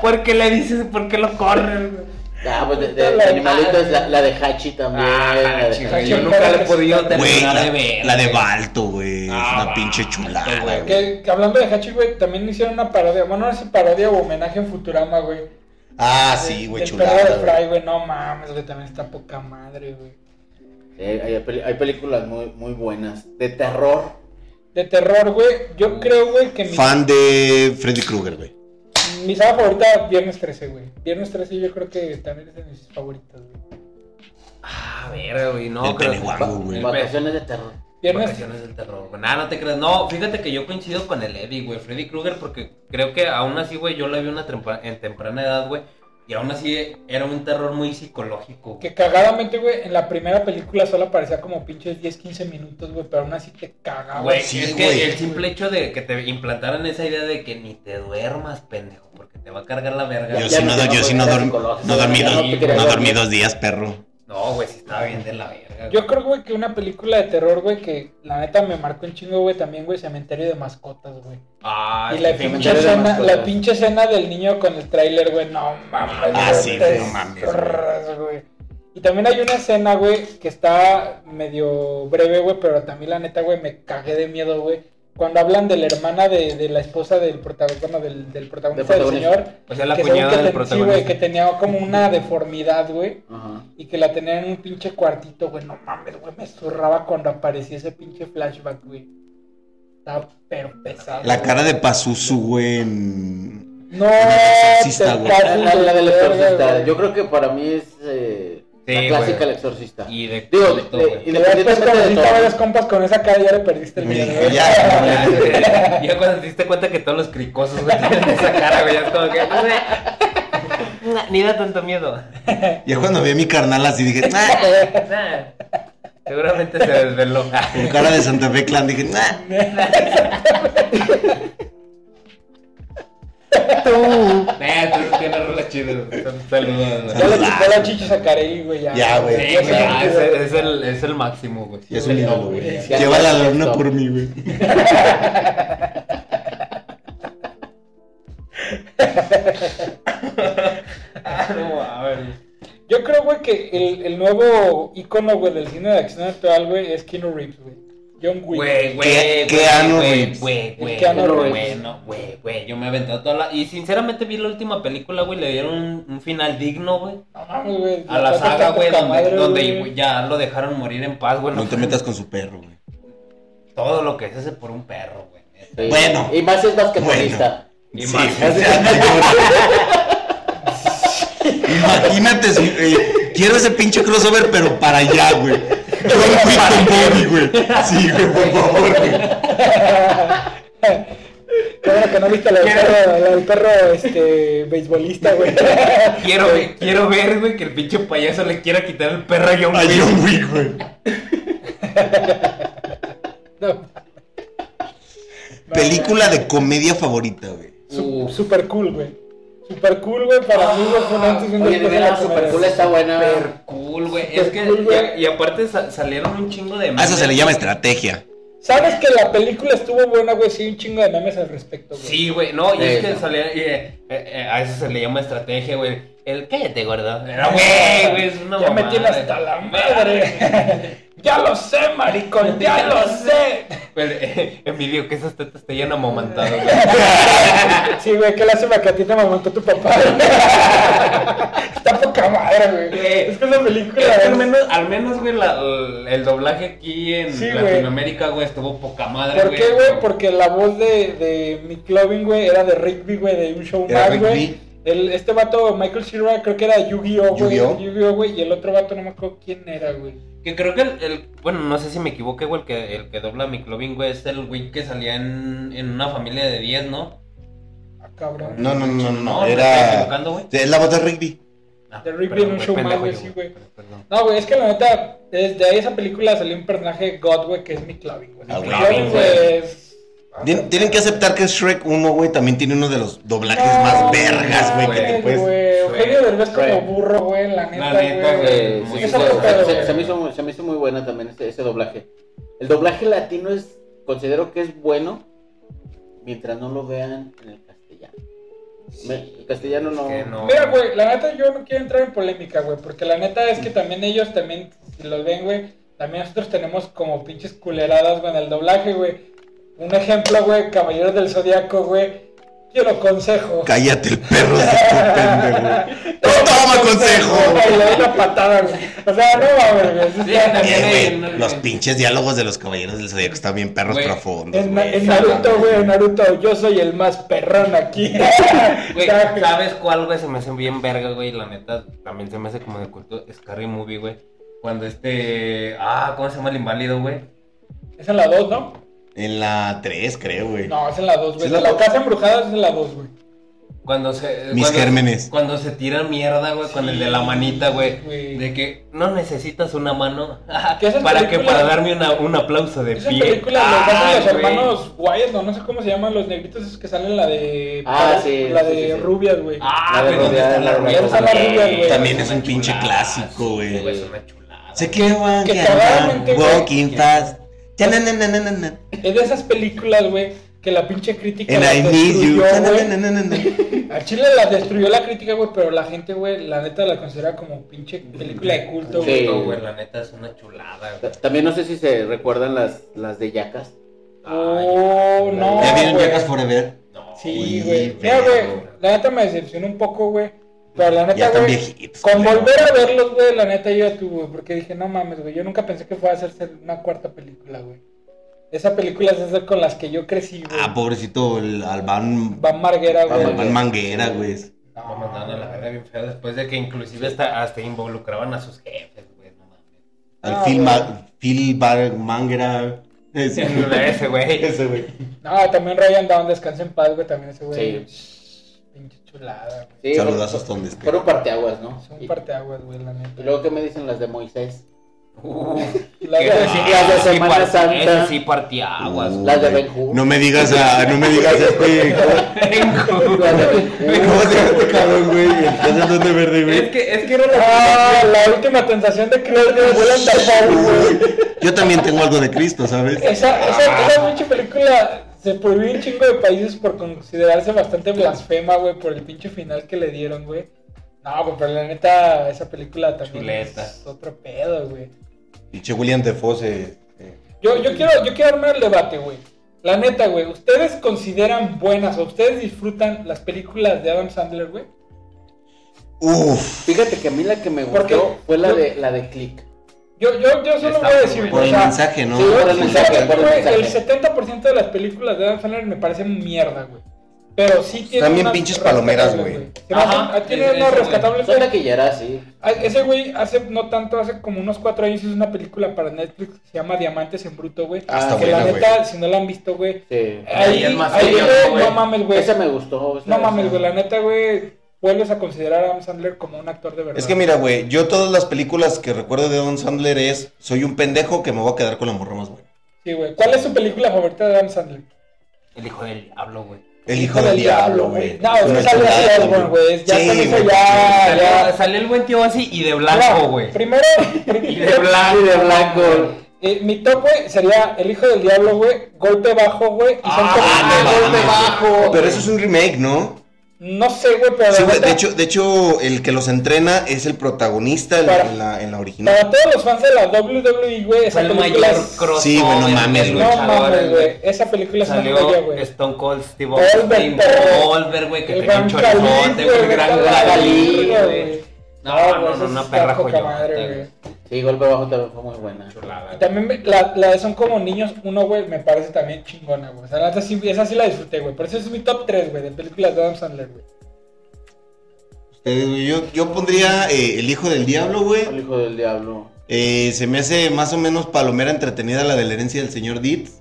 porque le dices, porque lo corres, güey. Ah, pues de, de- de animalitos, la, la de Hachi también. Ah, la de güey. yo nunca le he podido Güey, terminar la, de ver. la de Balto, güey. es Ah, una Balto, pinche chulada, güey. güey. Que, que hablando de Hachi, güey, también hicieron una parodia. Bueno, no sé si parodia o homenaje en Futurama, güey. Ah, sí, güey, El perro chulada, de Fry, güey. güey. No mames, güey, también está poca madre, güey. Sí, hay, hay peli- hay películas muy, muy buenas. De terror. De terror, güey. Yo creo, güey, que mi, Fan de Freddy Krueger, güey. mi saga favorita Viernes 13, güey. Viernes 13 yo creo que también es de mis favoritas, güey. Ah, verga, güey. No, El creo Pennywise, va- güey. el pe- Vacaciones de terror. Viernes Vacaciones del terror, güey. Nah, no te creas. No, fíjate que yo coincido con el Eddie, güey. Freddy Krueger, porque creo que aún así, güey, yo la vi una tempa- en temprana edad, güey. Y aún así era un terror muy psicológico. güey. Que cagadamente, güey, en la primera película solo aparecía como pinches 10, 15 minutos, güey, pero aún así te cagaba. Güey, sí, es güey. que el simple hecho de que te implantaran esa idea de que ni te duermas, pendejo, porque te va a cargar la verga. Yo ya sí no, no te do- yo vas sí a no, volver dorm- psicólogo, no ya dormí, no dos, te quería no dormí dormir. dos días, perro. No, güey, sí estaba bien de la verga. Yo güey. creo, güey, que una película de terror, güey, que la neta me marcó un chingo, güey, también, güey, Cementerio de Mascotas, güey. Ah, y la sí, fin- pinche, Cementerio de escena, Mascotas. la pinche escena del niño con el tráiler, güey, no mames. Ah, güey, sí, te no mames, destrozas, güey. Y también hay una escena, güey, que está medio breve, güey, pero también la neta, güey, me cagué de miedo, güey. Cuando hablan de la hermana de, de la esposa del protagonista, bueno, del, del protagonista del protagonista. señor, o sea, pues, la que según que cuñada del ten- sí, güey, que protagonista. tenía como una deformidad, güey. Ajá. Y que la tenía en un pinche cuartito, güey. No mames, güey. Me zurraba cuando aparecía ese pinche flashback, güey. Estaba pero pesado. La güey. cara de Pazuzu, güey. en- No, exorcista, te güey. pasas La, la- la del de verga, exorcista. güey. Yo creo que para mí es eh, Sí, la clásica güey. el exorcista. Y de Digo, culto, de- güey. y Y después independientemente cuando de hiciste todo. varios compas con esa cara ya le perdiste el Me miedo. ¿eh? dije, güey. ya, Ya, güey. ya cuando te diste cuenta que todos los cricosos güey, tienen esa cara, güey, ya es como que. "Nah, Ni da tanto miedo. Ya cuando vi a mi carnal así dije, nah. Nah, Seguramente se desveló. Con cara de Santa Fe Clan dije, nah. Nah, tú tienes rola chida. Saludos. Ya le quitó la chichis a Carey, güey. Ya, Ya, güey. Sí, güey, ah, es, es el, es el máximo, güey. Ya es un ídolo, güey. Sí, Lleva la sí, luna sí. por mí, güey. No, a ver. Yo creo, güey, que el, el nuevo icono, güey, del cine de acción actual, güey, es Keanu Reeves, güey. John Wick. Güey, ¿Qué- güey, qué ano, güey, Reeves? güey, güey, Keanu Reeves. güey, güey, no, güey, güey, yo me he aventado toda la... Y sinceramente vi la última película, güey, le dieron un, un final digno, güey, No mames, güey. a la cuatro saga, está güey, poca donde, madre, donde güey. ya lo dejaron morir en paz, güey. No te metas con su perro, güey. Todo lo que se hace por un perro, güey. Sí. Bueno. Y más es basquetbolista. Y Sí, más. o sea, señor. Imagínate, si, eh, quiero ese pinche crossover, pero para allá, güey. Yo me fui con Bobby, güey. Sí, güey, por favor, güey. Qué bueno que no viste la del perro, la del perro, este, beisbolista, güey. Quiero, ver- quiero ver, güey, que el pinche payaso le quiera quitar el perro a John A Wick. John Wick, güey. No. Película de comedia favorita, güey. Uh. Su- super cool, güey. Super cool, güey, Ah, para mí, güey, fue un antes y un Oye, de después de la veras, comedia. Supercool está buena. Super cool, güey. Es que, Pues cool, güey. y, y aparte sa- salieron un chingo de A Ah, eso se le memes. llama estrategia. Sabes que la película estuvo buena, güey, sí, hay un chingo de memes al respecto, güey. Sí, güey, no, y Sí, es que no. salía- y, eh, eh, a eso se le llama estrategia, güey. El cállate, gordo. Era, güey, güey, es una Ya me mamada. tiene hasta la madre. ya lo sé, maricón, ya lo sé. Pero, eh, Emilio, que esas tetas te llenan amamantado, güey. Sí, güey, qué lástima que a ti te mamantó tu papá. Está poca madre, güey. Güey. Es que esa película. Es que es- al menos, al menos, güey, la- el doblaje aquí en Sí, güey. Latinoamérica, güey, estuvo poca madre, ¿Por qué, güey? Porque la voz de, de Mick Lovin, güey, era de Rigby, güey, de un show Era más, güey. Rigby. El, este vato, Michael Cera, creo que era Yu-Gi-Oh, güey. Yu-Gi-Oh. Yu-Gi-Oh, güey. Y el otro vato, no me acuerdo quién era, güey. Que creo que el, el- bueno, no sé si me equivoqué, güey, el que, el que dobla a Miclovin, güey, es el güey que salía en, en una familia de 10, ¿no? Ah, cabrón. No, no, no, no, no. me estoy Era. equivocando, güey. Es la voz de Rigby. Ah, De Rigby perdón, en un güey, show pendejo más, güey, yo, sí, güey. Perdón. No, güey, es que la neta, desde ahí esa película salió un personaje God, güey, que es Mick Lovin, güey. pues, Ah, Mick güey. Lovin, güey, es- Tien- Tienen que aceptar que Shrek 1, güey, también tiene uno de los doblajes más vergas, güey, que te mames, puedes. güey. Eugenio Derbez como Shrek. burro, güey, la La neta, neta, güey. Eh, Muy sí, sí, bueno. se, se- se me hizo, muy- se me hizo muy buena también ese, ese doblaje. El doblaje latino es, considero que es bueno mientras no lo vean en el castellano. Me- el castellano no. Que no. Mira, güey, la neta yo no quiero entrar en polémica, güey, porque la neta es que también ellos también, si los ven, güey, también nosotros tenemos como pinches culeradas, güey, en el doblaje, güey. Un ejemplo, güey, Caballeros del Zodiaco, güey. Quiero consejo. Cállate el perro, es estupendo, güey. No toma consejo. Y le doy una patada, güey. O sea, no mames, güey. eso Sí, está- también Bien, güey, no, no, los no. pinches diálogos de los caballeros del zodiaco están bien perros Güey, profundos, En, Na- güey. en Naruto, güey, en Naruto, yo soy el más perrón aquí. Güey, Está- ¿sabes cuál, güey? Se me hace bien verga, güey. La neta, también se me hace como de culto. Scary Movie, güey. Cuando este. Ah, ¿cómo se llama el inválido, güey? Es en la 2, ¿no? En la 3, creo, güey. No, es en la 2, Sí, güey. es la La, dos. casa embrujada es en la 2, güey. Cuando se. Mis cuando- gérmenes. Cuando se tira mierda, güey, con Sí, el de la manita, güey. güey. De que no necesitas una mano. Que esas para que películas- para darme una, un aplauso de Esa pie. película Ay, los Ah, hacen los güey. hermanos Wyatt, no, no sé cómo se llaman los negritos esos que salen la de. Ah, sí, La sí, de sí, sí. rubias, güey. Ah, La de güey, ¿dónde rodear, están las la de ruedas? rodear. Están las ruedas, güey. También es Una un pinche chulada. clásico, Sí, güey. güey, es una chulada. Se que van, Que que andan, cagadamente, güey. walking fast. Ya, na, na, na, na, na, na. Es de esas películas, güey, que la pinche crítica. And las I need you. destruyó, Ya, na, güey. na, na, na, na. Al Chile la destruyó la crítica, güey, pero la gente, güey, la neta la considera como pinche película de culto, güey. Sí. No, güey, la neta es una chulada, Ta- güey. También no sé si se recuerdan las, las de Yacas. Ah, Oh, no. ¿Ya vieron güey. Jackass Forever? No, Sí, Uy, güey. Mira, güey, pero- la neta me decepcionó un poco, güey. Pero la Ya neta, están güey. viejitos. Con güey. volver a verlos, güey, la neta yo ya tuve, porque dije, no mames, güey, yo nunca pensé que fuera a hacerse una cuarta película, güey. Esa película es esa con las que yo crecí, güey. Ah, pobrecito, el Alban, Van Marguera, güey. Van Alban Manguera, güey. Lo mandaron a la verga bien feo después de que inclusive hasta, hasta involucraban a sus jefes, güey, no mames. Al Ah, Phil, güey. Ma- Phil Bar- Manguera. Ese, Ese güey. Ese, güey. No, también Ryan Down, Descansa en Paz, güey, también ese güey. Sí. Shh, Pinche chulada, güey. Sí, Saludazos fueron- donde esté. Fueron parteaguas, ¿no? Son Y, parteaguas, güey, la neta. y luego, ¿qué me dicen las de Moisés? La Que de- eso sí- las de eso sí Semana par- Santa. Eso sí partía aguas. Uh, las de güey. Ben Hur. No me digas, a, no me digas este. ¿Cómo Las de Ben cómo Hur. se llama este cabrón, güey? El que hace el Duende verde, es güey. que, es que era Ah, la la última tentación de creer que vuelan de favor, güey. Yo también tengo algo de Cristo, ¿sabes? Esa, Ah. esa, esa pinche película se prohibió en un chingo de países por considerarse bastante blasfema, güey, por el pinche final que le dieron, güey. No, güey, pero la neta, esa película también Chuleta. es otro pedo, güey. Pinche William Defoe se. se- Yo, yo quiero, yo quiero armar el debate, güey. La neta, güey, ¿ustedes consideran buenas o ustedes disfrutan las películas de Adam Sandler, güey? Uf. Fíjate que a mí la que me Porque gustó fue la yo- de, la de Click. Yo, yo, yo solo Está voy a muy decir, buena. Por güey, el o sea, mensaje, ¿no? sí, Yo, por el mensaje, sinceramente, por el güey, mensaje. el 70% de las películas de Adam Sandler me parecen mierda, güey. Pero sí tiene. También unas pinches palomeras, rescatables, güey. Se me Ajá, hacen- Tiene es- unas ese, güey. rescatables, Son güey. taquilleras, sí. Ah, Ese güey hace no tanto, hace como unos cuatro años hizo una película para Netflix que se llama Diamantes en Bruto, güey. Ah, está que la buena, güey. neta, si no la han visto, güey. Sí. Ahí, Ahí es más ahí, serio, güey, güey. no mames, güey. Esa me gustó. esa- No mames, güey. La esa- neta, güey, vuelves a considerar a Adam Sandler como un actor de verdad. Es que mira, güey, yo todas las películas que recuerdo de Don Sandler es soy un pendejo que me voy a quedar con la morra más buena. Sí, güey. ¿Cuál es su película favorita de Adam Sandler? El hijo del diablo, güey. El hijo del diablo, güey. No, es que sale así, Osborn, güey. es- Ya Sí, con eso güey. ya, Salió, Ah, ya. salió el buen tío así y de No, blanco, güey. Primero, Y de blanco. Y de blanco. eh, mi top, güey, sería El Hijo del Diablo, güey. Golpe bajo, güey. Y son Ah, como- mames, golpe mames. bajo. Pero eso es un remake, ¿no? No sé, güey, pero. Sí, la güey, neta, de hecho, de hecho, el que los entrena es el protagonista en la, en la- en la Para original. todos los fans de la WWE, güey, esa Fue el película mayor es. crossover Sí, güey, no de mames, güey. No mames, luchadores, güey. Esa película es una joya, Salió güey. Stone Cold Steve Goldberg, Austin, perro. Goldberg, güey, que El tenía gran un Cali, chorizote, güey. güey, el gran Gran Cali, Cali, güey. güey. Ah, No, no, güey, no, esa una está perra poca joyota, madre, güey. güey. Sí, Golpe Bajo también fue muy buena. Chulada. Y también me- la, la de Son como niños, uno, güey, me parece también chingona, güey. O sea, la neta sí- esa sí la disfruté, güey. Por eso es mi top 3, güey, de películas de Adam Sandler, güey. Ustedes, güey, yo, yo pondría eh, El hijo del diablo, güey. El hijo del diablo. Eh, se me hace más o menos palomera entretenida la de la herencia del señor Dietz.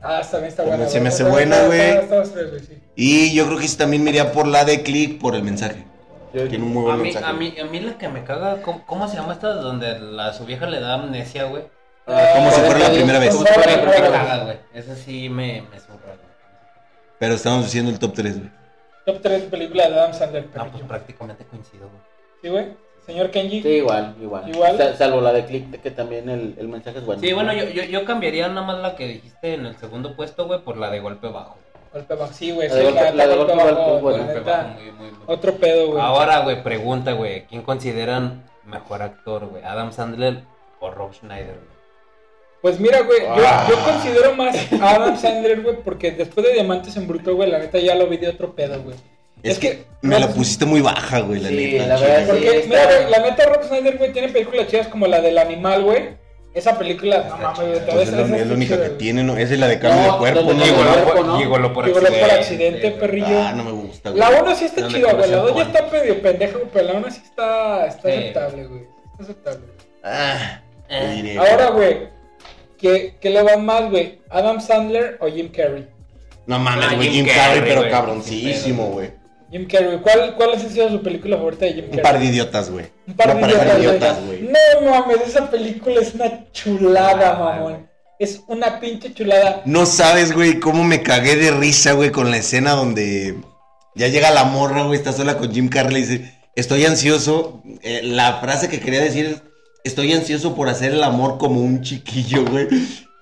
Ah, esa también está También buena. Pues, se me hace Esa- buena, esa- güey. esa- esa- esa- esa- sí. Y yo creo que sí también me iría por la de Click por el mensaje. Yo- Tiene un muy A buen mí, mensaje. a, mí, a mí la que me caga, ¿cómo, cómo se llama esta donde la su vieja le da amnesia, güey? Ah, Como si fuera la 40 primera vez. días. Como si fuera la Me primera vez. caga, güey. Esa sí me, me zurra, güey. Pero estamos diciendo el top 3, güey. Top 3 películas de Adam Sandler, No, pues perrillo. prácticamente coincido, güey. ¿Sí, güey? Señor Kenji. Sí, igual, igual. Igual. Sa- salvo la de Click, que también el, el mensaje es bueno. Sí, bueno, yo, yo, yo cambiaría nada más la que dijiste en el segundo puesto, güey, por la de golpe bajo. Golpe bajo. Sí, güey. La sí, de golpe- la de golpe bajo, güey, bueno, la Golpe neta, bajo, muy, Ah, muy, muy. Otro pedo, güey. Ahora, güey, pregunta, güey. ¿Quién consideran mejor actor, güey? ¿Adam Sandler o Rob Schneider, güey? Pues mira, güey, yo, Ah. yo considero más a Adam Sandler, güey, porque después de Diamantes en Bruto, güey, la neta ya lo vi de otro pedo, güey. Es, Es que. Me la Rob- pusiste muy baja, güey, la Sí, neta. la verdad, chile. sí. Porque, está. mira, güey, la neta, Rob Snyder, güey, tiene películas chidas como la del animal, güey. Esa película, no Está mames, chida. güey, te Pues ves es, la, esa es la única chida, que güey. tiene, ¿no? Es de la de cambio No, de cuerpo, donde ¿no? llegó güey? la- cuerpo, ¿no? Gigoló por Gigoló por accidente. accidente, güey. perrillo. Ah, no me gusta, güey. La 1 sí está Donde chida, güey. La 2 conoce ya a Juan. está medio pendeja, güey, pero la 1 sí está, está Sí. aceptable, güey. Está aceptable. Ah, te diré. Ahora, güey, ¿qué, ¿qué le va más, güey? ¿Adam Sandler o Jim Carrey? No mames, Ah, güey, Jim Jim Carrey, Carrey, pero güey. cabroncísimo, Sí, güey. Jim Carrey, ¿cuál, cuál ha sido su película favorita de Jim Carrey? Un par de idiotas, güey. Un par de Una pareja de idiotas, idiotas, güey. No mames, esa película es una chulada, Ah, mamón. Es una pinche chulada. No sabes, güey, cómo me cagué de risa, güey, con la escena donde ya llega la morra, güey, está sola con Jim Carrey y dice, estoy ansioso. Eh, la frase que quería decir es, estoy ansioso por hacer el amor como un chiquillo, güey.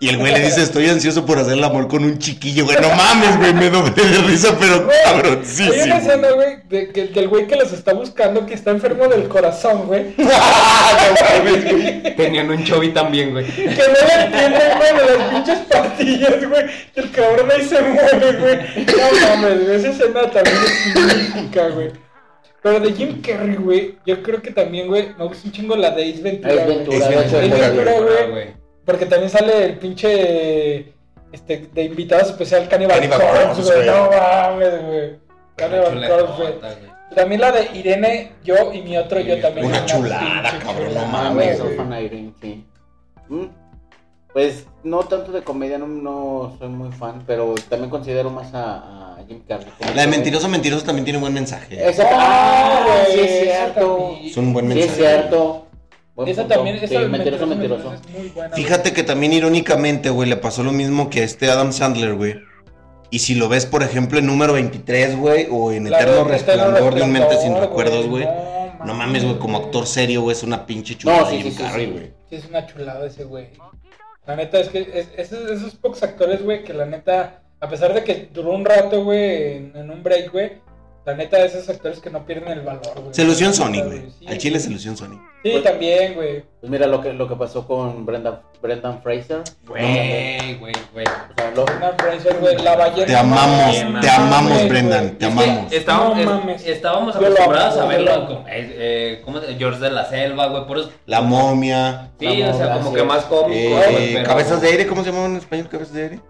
Y el güey le dice, estoy ansioso por hacer el amor con un chiquillo, güey. No mames, güey, me doblé de risa, pero Güey, cabroncísimo. Hay una escena, güey, de, que- del güey que los está buscando, que está enfermo del corazón, güey. Que Tenían un chovi también, güey. no le entienden, güey, de las pinches pastillas, güey. Que el cabrón ahí se mueve, güey. No mames, güey, esa escena también es mítica, güey. Pero de Jim Carrey, güey, yo creo que también, güey, me gusta un chingo la de Ace Ventura, Ace güey. Ventura, Es la Ventura, noche de güey. Ventura. Ah, güey. Porque también sale el pinche este, de invitado especial Cannibal, Cannibal Corpse, Corpse, güey. güey. No mames, güey. Cannibal Chuleta, Corpse, güey. güey. También la de Irene, yo y mi otro yo Una también. chulada, pinche cabrón, chulada, no Ah, mames, güey, güey. güey. Orphan Irene, sí. Mm, Pues no tanto de comedia, no, no soy muy fan, pero también considero más a, a Jim Carrey. La de mentiroso, mentiroso también tiene buen mensaje. Esa, Ah, ah, sí güey, es esa cierto. también. Es un buen Sí mensaje. es cierto. Buen Esa punto. también, esa Sí, del mentiroso, mentiroso. es muy buena. Fíjate que también irónicamente, güey, le pasó lo mismo que a este Adam Sandler, güey. Y si lo ves, por ejemplo, en número 23, güey, o en La de Eterno Eterno Resplandor de un mente sin Resplandor, recuerdos, güey. No, No mames, güey, como actor serio, güey, es una pinche chulada. No, sí, Jim sí, sí, Carrey, sí. güey. Sí, es una chulada ese güey. La neta es que es- esos, esos pocos actores, güey, que la neta, a pesar de que duró un rato, güey, en, en un break, güey, la neta es esos actores que no pierden el valor, güey. Se lució en La neta, Sonic, güey. Sí, Al chile se lució en Sonic. Sí, también, güey. Pues mira lo que, lo que pasó con Brendan, Brendan Fraser. Güey, güey, güey. O sea, lo- Brendan Fraser, güey, la ballena. Te amamos, mames, te no amamos, güey, Brendan, te Es que amamos. Estábamos, No es- mames. estábamos Yo lo amo, acostumbrados a yo lo verlo amo. como eh, eh, ¿cómo se- George de la Selva, güey. Puros. La momia, Sí, La o sea, moda, como sí. que más cómico. güey, eh, pero- Cabezas de Aire, ¿cómo se llamaban en español Cabezas de Aire?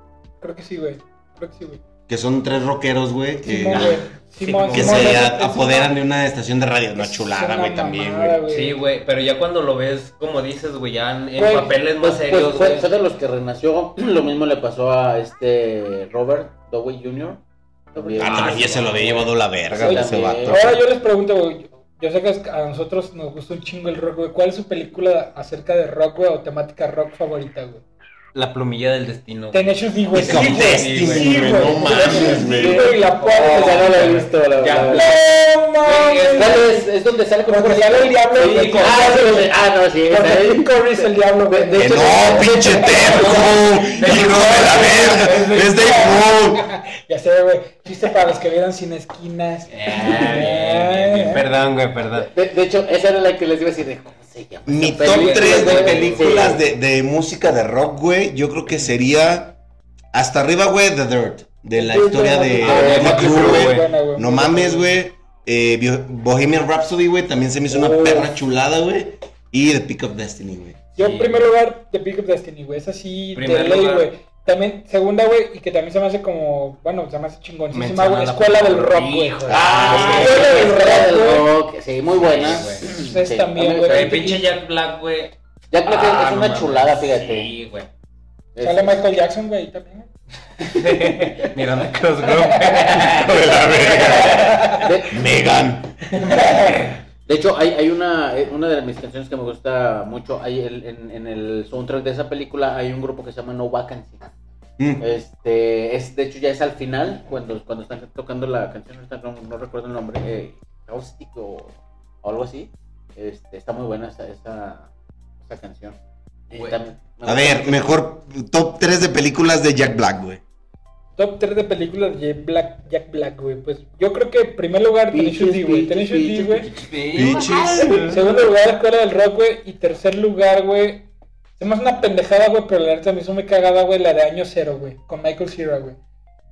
Creo que sí, güey. Creo que sí, güey. Que son tres rockeros, güey, que, ah, Simón, güey. Simón, que Simón, se es- a- es una- apoderan de una estación de radio. Una es chulada, una güey, también, mamada, güey. Sí, güey, pero ya cuando lo ves, como dices, güey, ya en, en Güey, papeles pues, más pues, serios, fue, güey. fue de los que renació. Lo mismo le pasó a este Robert Downey Jr. También. Ah, pero ya se lo había llevado la verga, Sí, güey, ese también. vato. Ahora yo les pregunto, güey. Yo sé que a nosotros nos gusta un chingo el rock, güey. ¿Cuál es su película acerca de rock, güey, o temática rock favorita, güey? La plumilla del destino. güey. Tenacious D, güey. Es como Pues Sí, güey. Destiny, Sí, güey, güey. no mames, Tenacious D, güey. güey. La pobre. Oh, ya no lo he visto, la Ya. verdad. No Güey, ¿Cuál mames. es? Es donde sale con Porque sale el diablo Sí, y- con- ah, sí, sí, ah, no, sí. Porque esa es. Tim Curry es el diablo, güey. De Que hecho, no, pinche terco, hijo de la verga, es Dave Grohl. Ya sé, güey. Chiste para los que vieron sin esquinas. Eh, Eh, bien, bien, Perdón, güey, perdón. De, de hecho, esa era la que les iba a decir de cómo se llama. Mi esa top película, 3 de güey? películas Sí. de, de música de rock, güey, yo creo que sería hasta arriba, güey, The Dirt, de la historia de Ah, de Motley Motley Crue, Crue, güey. güey. Buena, güey. No mames, güey. eh, Bio- Bohemian Rhapsody, güey, también se me hizo una Oh. perra chulada, güey. Y The Pick of Destiny, güey. Yo, en Sí, primer lugar, The Pick of Destiny, güey. Esa sí, de Primer ley, lugar. güey. También, segunda, güey, y que también se me hace como, bueno, se me hace chingoncísima, Menciona güey. la Escuela del Rock, palabra. güey. Hijo de- Ah, Ah, sí, Escuela del Escuela Rock, del güey. Rock. Sí, muy buena. Sí, güey. Sí, Ustedes también, a mí me güey. gusta. Güey, pinche Jack Black, güey. Jack Black Ah, es no una mames. chulada, fíjate. Este, Sí, güey. Es- Sale Michael Jackson, güey, también. güey. Miranda Crossgrove. de, Megan. de hecho, hay, hay una, eh, una de mis canciones que me gusta mucho. Hay el- en, en el soundtrack de esa película hay un grupo que se llama No Vacancy. Mm. Este, es, de hecho, ya es al final, cuando, cuando están tocando la canción, ahorita no, no recuerdo el nombre, eh, Caustic o, o algo así. Este, está muy buena esa, esa, esa canción. Y Güey. también- me A gusta ver, mucho. mejor top 3 de películas de Jack Black, güey. Top 3 de películas de Jack Black, Jack Black, güey. Pues yo creo que en primer lugar, Tenacious D, güey. Tenacious D, güey. Bitches. Segundo lugar, Escuela del Rock, güey. Y tercer lugar, güey. Se me hace una pendejada, güey, pero la verdad se me hizo muy cagada, güey, la de Año Cero, güey. Con Michael Cera, güey.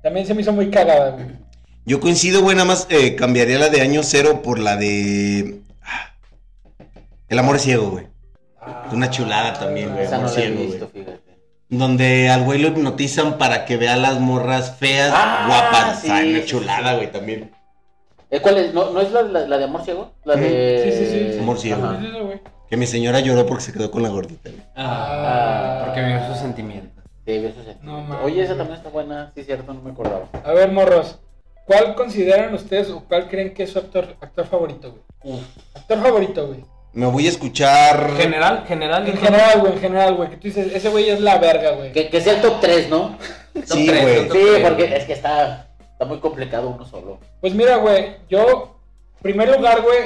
También se me hizo muy cagada, güey. Yo coincido, güey, nada más eh, cambiaría la de año cero por la de. ah, El amor es ciego, güey. Una chulada también, güey. Esa no la he Ciego, visto, fíjate. Donde al güey lo hipnotizan para que vea las morras feas, Ah, guapas. sí, Ah, una sí, chulada, güey, también. ¿Eh, ¿Cuál es? ¿No, no es la, la- la de Amor Ciego? La Ujú. de... Sí, sí, sí, sí. Amor Ciego. Ajá. Es eso, güey. Que mi señora lloró porque se quedó con la gordita. güey. Ah, porque vio sus sentimientos. Sí, vi esos sentimientos. No mames. Oye, esa también está buena. Sí, cierto, no me acordaba. A ver, morros. ¿Cuál consideran ustedes o cuál creen que es su actor, actor favorito, güey? Actor favorito, güey. Me voy a escuchar. General, general. En dijo- general, güey, en general, güey. Que tú dices, ese güey es la verga, güey. Que, que sea el top 3, ¿no? Top Sí, tres, güey. top Sí, tres, porque güey. es que está, está muy complicado uno solo. Pues mira, güey, yo, primer lugar, güey,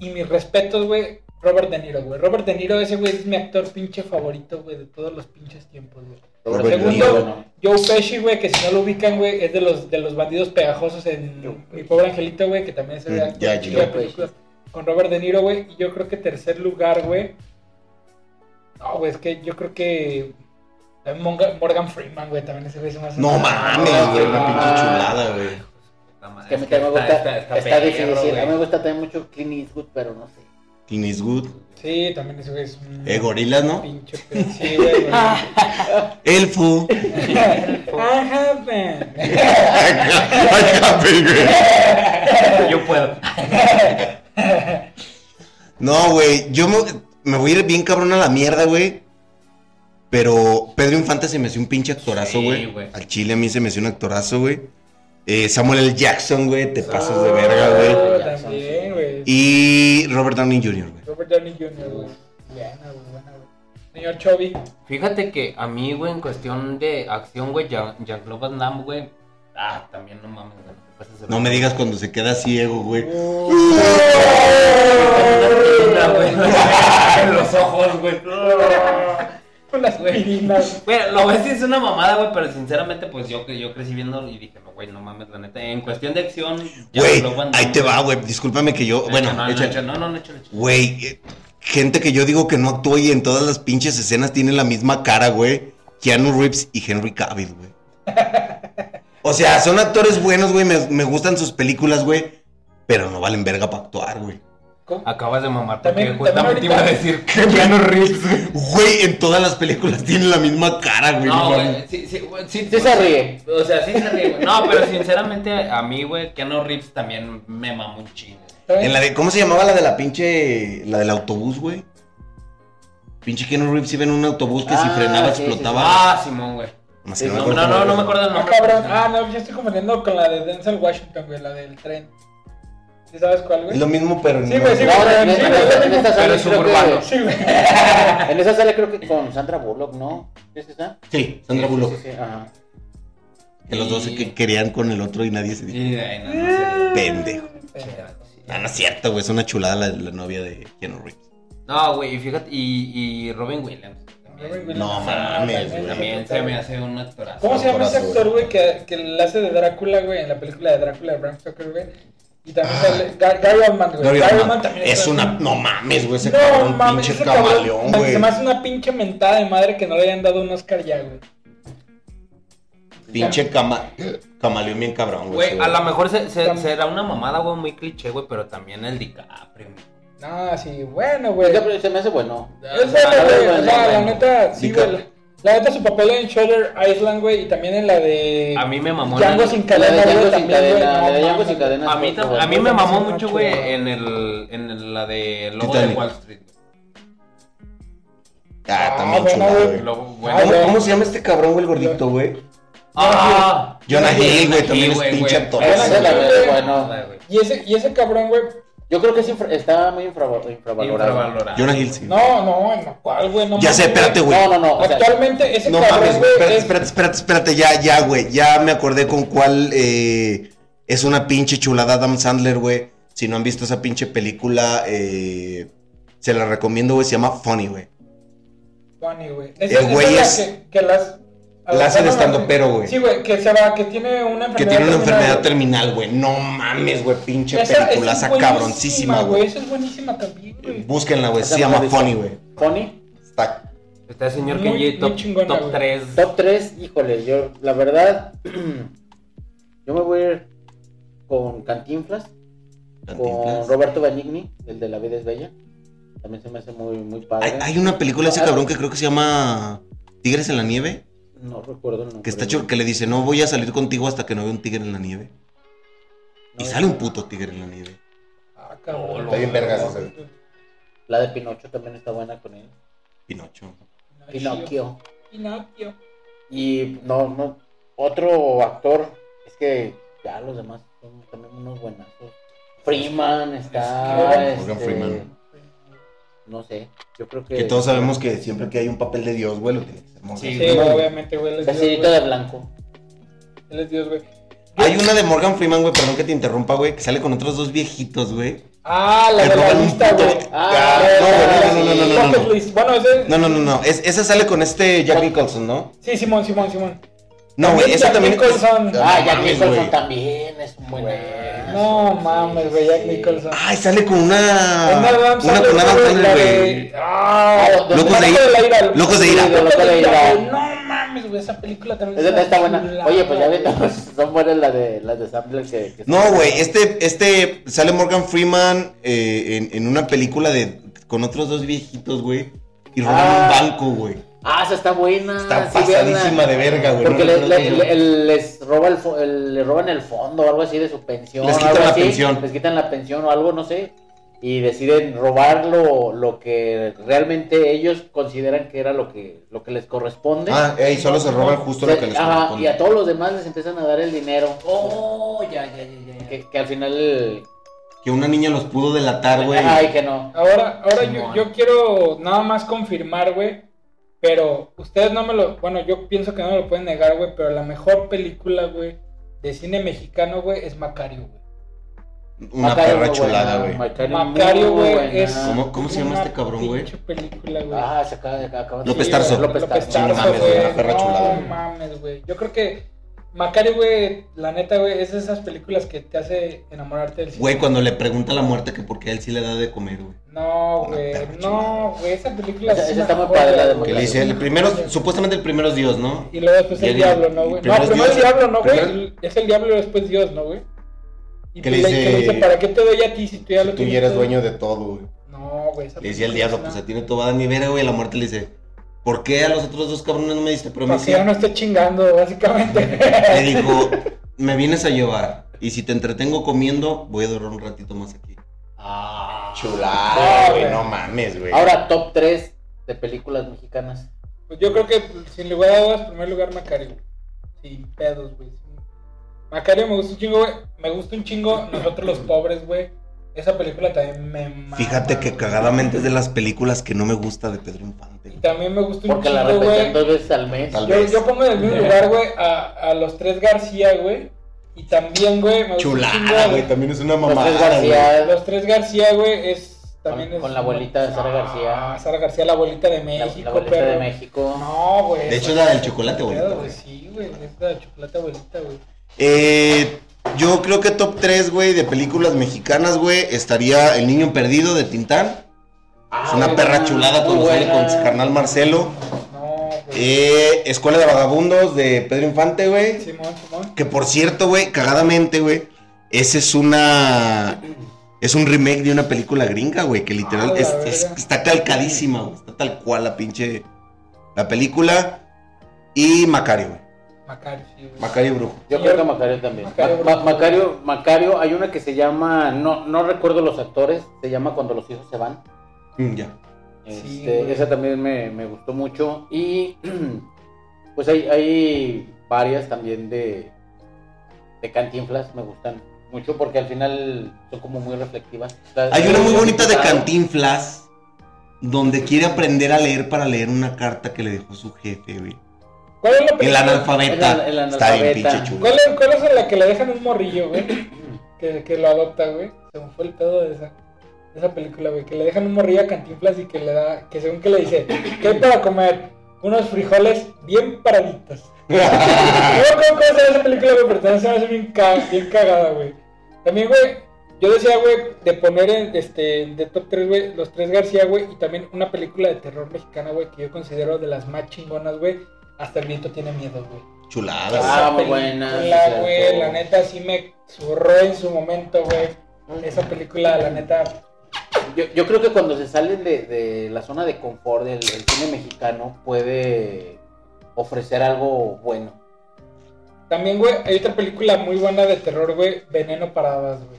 y mis respetos, güey, Robert De Niro, güey. Robert De Niro, ese güey es mi actor pinche favorito, güey, de todos los pinches tiempos, güey. Robert Sobre De todo, Niro. ¿no? Joe Pesci, güey, que si no lo ubican, güey, es de los, de los bandidos pegajosos en Joe Mi Pobre Angelito, güey, que también se Mm, ve actor ya, de Joe Pesci. películas con Robert De Niro, güey. Y yo creo que tercer lugar, güey. No, güey, es que yo creo que también Monga- Morgan Freeman, güey, también ese güey se me hace... No mames, Ah, güey. Una ah. pinche chulada, güey. Puta madre, Es que a mí es que también me está- gusta, está- está, está perro, difícil. güey. A mí me gusta también mucho Clint Eastwood, pero no sé. Clint Eastwood. Sí, también ese güey es un... Eh, gorilas, ¿no? Pinche pe- Sí, güey. güey. Elfo. Ah, I have been. Ay, cabrón, güey. Yo puedo. No, güey, yo me, me voy a ir bien cabrón a la mierda, güey. Pero Pedro Infante se me hace un pinche actorazo, Sí, güey. güey. Al Chile a mí se me hace un actorazo, güey. Eh, Samuel L. Jackson, güey, te pasas de Oh, verga, güey. También, güey. Y Robert Downey Jr., güey. Robert Downey Jr., güey. Buena, güey, buena, güey. Señor Chovy. Fíjate que a mí, güey, en cuestión de acción, güey, Jean- Jean-Claude Van Damme, güey. Ah, también no mames, güey. te pasas de No me verga. digas cuando se queda ciego, güey. Una, güey. En los ojos, güey. Con las pirinas. Güey, lo ves y es una mamada, güey, pero sinceramente, pues yo, yo crecí viendo y dije, no, güey, no mames, la neta. En cuestión de acción, Güey, Jean-Claude Van Damme, ahí te va, güey. Discúlpame que yo. Échale, Bueno, no, no, échale. échale, no, no, no, échale, échale. Güey, eh, gente que yo digo que no actúa y en todas las pinches escenas tiene la misma cara, güey. Keanu Reeves y Henry Cavill, güey. O sea, son actores buenos, güey. Me, me gustan sus películas, güey. Pero no valen verga para actuar, güey. ¿Cómo? Ah, Acabas de mamar, porque También- justamente también ahorita- iba a decir Keanu Reeves, güey. Güey, en todas las películas tiene la misma cara, güey. No, no güey, mames. sí, sí, güey, sí, Sí se ríe. O sea, sí se ríe, güey. No, pero sinceramente, a mí, güey, Keanu Reeves también me mamó un chingo. En la de, ¿Cómo se llamaba la de la pinche. La del autobús, güey? Pinche Keanu Reeves iba en un autobús que si Ah, frenaba sí, sí, explotaba. Ah, Simón, güey. Más sí, que No, me no, acuerdo no, cómo no era. me acuerdo el Ah, nombre. cabrón. Ah, no, yo estoy confundiendo con la de Denzel Washington, güey, la del tren. ¿Sí sabes cuál, Es güey? lo mismo, pero Sí, güey, sí, No, güey, en, sí, en- güey. en esa Pero sale es creo suburbano. que, Sí, güey. en esa sale creo que con Sandra Bullock, ¿no? ¿Sí ¿Es esa? Sí, Sandra Bullock. Sí, sí, sí, ajá. Que los dos se Y- que querían con el otro y nadie se dijo. Y de ahí, no, no sé. Pendejo. Chingada, sí. Ah, No, no es cierto, güey. Es una chulada la, la novia de Keanu Reeves. No, güey, y fíjate, y, y Robin Williams. también. Robin Williams. No mames, güey. También se me hace un actorazo. ¿Cómo se llama ese Actorazo, actor, güey. güey, que, que le hace de Drácula, güey, en la película de Drácula de Bram Stoker, güey? Y también sale Gar- Gary Oldman, güey. Ah. Gary Oldman. es está- una. No mames, güey. Ese No cabrón, mames, pinche ese cabrón, camaleón, se- güey. Se me hace una pinche mentada de madre que no le hayan dado un Oscar ya, güey. Pinche cama... camaleón, bien cabrón, güey. Güey, a lo mejor se, se, Tam- será una mamada, güey, muy cliché, güey, pero también el DiCaprio. güey. No, sí, bueno, güey. Oiga, Es pero se me hace bueno. bueno, Bueno, güey. bueno, O sea, la bueno. neta, sí, Dica- güey. La, la neta, su papel en Shutter Island, güey, y también en la de. A mí me mamó. Django la- sin La de cadena, Django güey. sin También, güey. cadena, No la de Django mames, sin cadena. A mí, está tam- buena. a mí me mamó Una mucho, güey, chulada. en, el, en el- la de Lobo de Titanic. Wall Street. Ah, Ah, también bueno, chulada, güey. güey. Lobo, Ah, ¿Cómo, güey. cómo se llama este cabrón, güey, el gordito, güey? Ah, Jonah Hill, güey, Jonah también Hill, es güey, pinche güey. actor. Jonah Esa la Hill, verdad, güey. bueno. güey. Y ese, y ese cabrón, güey. Yo creo que es infra- está muy infra- infravalorado. Infravalorado. Jonah Hill, sí. No, no, en la cual, güey. No ya mames, sé, espérate, güey. No, no, no. o sea, Actualmente, ese No Este cabrón, mames, güey. güey. Espérate, es- espérate, espérate, espérate. Ya, ya, güey. Ya me acordé con cuál eh, es una pinche chulada Adam Sandler, güey. Si no han visto esa pinche película, eh, se la recomiendo, güey. Se llama Funny, güey. Funny, güey. El güey la es- que, que las. La hacen no, no, estando sí. pero, güey. Sí, güey, que se va, que tiene una enfermedad. Que tiene una terminal, enfermedad güey. terminal, güey. No mames, güey. Pinche Esa- esa es peliculaza buenísima, cabroncísima, güey. Esa es buenísima también, güey. Búsquenla, güey. Esa Se no la llama he visto. Funny, güey. Pony, Está Está señor Muy- que muy top, chingona, top güey. 3. top 3, híjole, yo, la verdad, yo me voy a ir con Cantinflas, con Roberto Benigni, el de La vida es bella. También se me hace muy, muy Hay, padre. hay una película de ese Ah. cabrón que creo que se llama Tigres en la nieve. No recuerdo el nombre. Que, está hecho- que le dice, no voy a salir contigo hasta que no vea un tigre en la nieve. Y No, sale un puto tigre en la nieve. Ah, cabrón. Está bien vergas esa, güey. La de Pinocho también está buena con él. Pinocho. Pinocchio. Pinocchio. Y no, no, otro actor, es que ya los demás son también unos buenazos. Freeman está. Es que- Morgan este, Freeman. No sé, yo creo que. Que todos sabemos que siempre que hay un papel de Dios, güey, lo tiene que ser Morgan Sí, Sí, Freeman, güey, güey. obviamente, güey. Él es Dios, Vestidito güey. de blanco. Él es Dios, güey. Hay una de Morgan Freeman, güey, perdón que te interrumpa, güey, que sale con otros dos viejitos, güey. Ah, la Que de la roban un lista, puto- güey. Ah, Ah, no, la- güey, no, no, no, no, no, Bucket no, no. list. Bueno, ese. No, no, no, no. Es- esa sale con este Jack Nicholson, ¿no? Sí, Simón, Simón, Simón. No, güey, esa Jack también Nicholson. No Ah, Jack mames, Nicholson güey. también es un buenazo. No Sí, mames, güey, Jack sí. Nicholson. Ay, sale con una. Una Ah, Una con Adam Sandler, güey. Ah, Ah, Locos Loco de Loco la ira. ira. Locos de Sí, ira. de Loco de Ira. No mames, güey, esa película también Esa una está buena. chulada, Oye, pues ya güey. ahorita son buenas las de, las de Sandler que, que- No, güey, este, este sale Morgan Freeman eh, en, en una película de con otros dos viejitos, güey, y roban Ah. un banco, güey. Ah, esa está buena. Está sí, pasadísima veanla. de verga, güey. no Porque le- creo le- que- le- el- les roba el, fo- el- le roban el fondo o algo así de su pensión. Les o quitan algo la así. pensión. Les quitan la pensión o algo, no sé. Y deciden robar lo, lo que realmente ellos consideran que era lo que, lo que les corresponde. Ah, ey, solo se roban justo lo Se- que les ajá, corresponde. y a todos los demás les empiezan a dar el dinero. Oh, ya, ya, ya, ya, ya. Que, que al final. Que una niña los pudo delatar, güey. Ay, que no. Ahora, ahora yo, Simón. yo quiero nada más confirmar, güey. Pero ustedes no me lo. Bueno, yo pienso que no me lo pueden negar, güey. Pero la mejor película, güey, de cine mexicano, güey, es Macario, güey. Una Macario perra muy chulada, buena, güey. Macario, Macario, muy güey, buena. es. ¿Cómo- cómo se llama una este cabrón, güey? pinche película, güey. Ah, se acaba de acaba de- López Sí, Tarso. güey, López Tarso. Tarso, No mames, güey, güey. una perra chulada, güey. No mames, güey. Yo creo que Macario, güey, la neta, güey, es de esas películas que te hace enamorarte del cine. Güey, cuando le pregunta a la muerte que por qué a él sí le da de comer, güey. No, Una güey, perra no, chulada. güey, esa película Esa- es esa una está muy joya, padre, la de güey. Que le dice, el primero, supuestamente el primero es Dios, ¿no? Y luego después Y el el- diablo, ¿no, el güey? No, primero es primero el Dios. diablo, ¿no, güey? Primero- Es el diablo y después Dios, ¿no, güey? Y Que le pues la- que le dice- dice, ¿para qué te doy a ti si tú ya Si lo tú tienes ya eres todo?" dueño de todo, güey. No, güey, esa Le decía el película es diablo, una- pues a ti no te va a dar ni verga, güey. Y La muerte le dice, ¿por qué a los otros dos cabrones no me diste Para que promesa? ya no esté chingando, básicamente. Le dijo, me vienes a llevar. Y si te entretengo comiendo, voy a durar un ratito más aquí. Ah. Chulada, No, güey. güey. No mames, güey. Ahora, top 3 de películas mexicanas. Pues yo creo que pues, sin lugar a dudas, primer lugar Macario. güey. Sin pedos, güey. sin- Macario me gusta un chingo, güey. Me gusta un chingo Nosotros los pobres, güey. Esa película también me mama, Fíjate que güey. cagadamente es de las películas que no me gusta de Pedro Infante. Y güey. también me gusta un Porque la chingo, güey. repetían dos veces al mes. Tal Yo, vez. yo pongo en el mismo lugar, güey, a, a los tres García, güey. Y también, güey, me gusta un Chulada, chingo, güey. También es una Los mamada. tres güey. García. Los tres García, güey, es también Con- es con la abuelita de Sara García. Ah, Sara García, la abuelita de la- México, la boleta de perro. México. No, güey. De eso hecho, es la no del es chocolate, pedo, abuelita, güey. güey. Sí, güey, es la de chocolate abuelita, güey. Eh, yo creo que top 3, güey, de películas mexicanas, güey, estaría El Niño Perdido de Tintán. Es una Ah, perra muy chulada cuando sale buena. con su carnal Marcelo. No, güey. Eh, Escuela de Vagabundos de Pedro Infante, güey. Simón, Simón. Que por cierto, güey, cagadamente, güey, ese es una. Es un remake de una película gringa, güey, que Ah, literal la es- es- verga. está calcadísima, güey. Está tal cual la pinche. La película. Y Macario, güey. Macario, sí, güey. Macario Brujo. Yo creo que Macario también. Macario, Ma- bro. Ma- Macario, Macario, hay una que se llama, no, no recuerdo los actores, se llama Cuando los hijos se van. Mm, ya. Sí, Este, güey. esa también me, me gustó mucho. Y pues hay, hay varias también de, de cantinflas, me gustan mucho porque al final son como muy reflectivas. Las- Hay una muy bonita de Claro. Cantinflas. Donde quiere aprender a leer para leer una carta que le dejó su jefe, güey. ¿Cuál es la El película- analfabeta. El- el Está bien, analfabeta. pinche chulo. ¿Cuál es, cuál es la que le dejan un morrillo, güey? Que, que lo adopta, güey. Se me fue el pedo de esa, de esa película, güey. Que le dejan un morrillo a Cantinflas y que le da, que según que le dice, ¿qué hay para comer? unos frijoles bien paraditos. Yo creo que esa esa película, güey, pero también se me hace bien, ca- bien cagada, güey. También, güey, yo decía, güey, de poner en, este, de top 3, güey, Los Tres García, güey, y también una película de terror mexicana, güey, que yo considero de las más chingonas, güey. Hasta el viento tiene miedo, güey. Chuladas. Ah, Esa muy película, buena, sí, cierto. güey, la neta sí me zurró en su momento, güey. Esa película, la neta, Yo, yo creo que cuando se salen de, de la zona de confort del, del cine mexicano puede ofrecer algo bueno. También, güey, hay otra película muy buena de terror, güey, Veneno para Hadas, güey.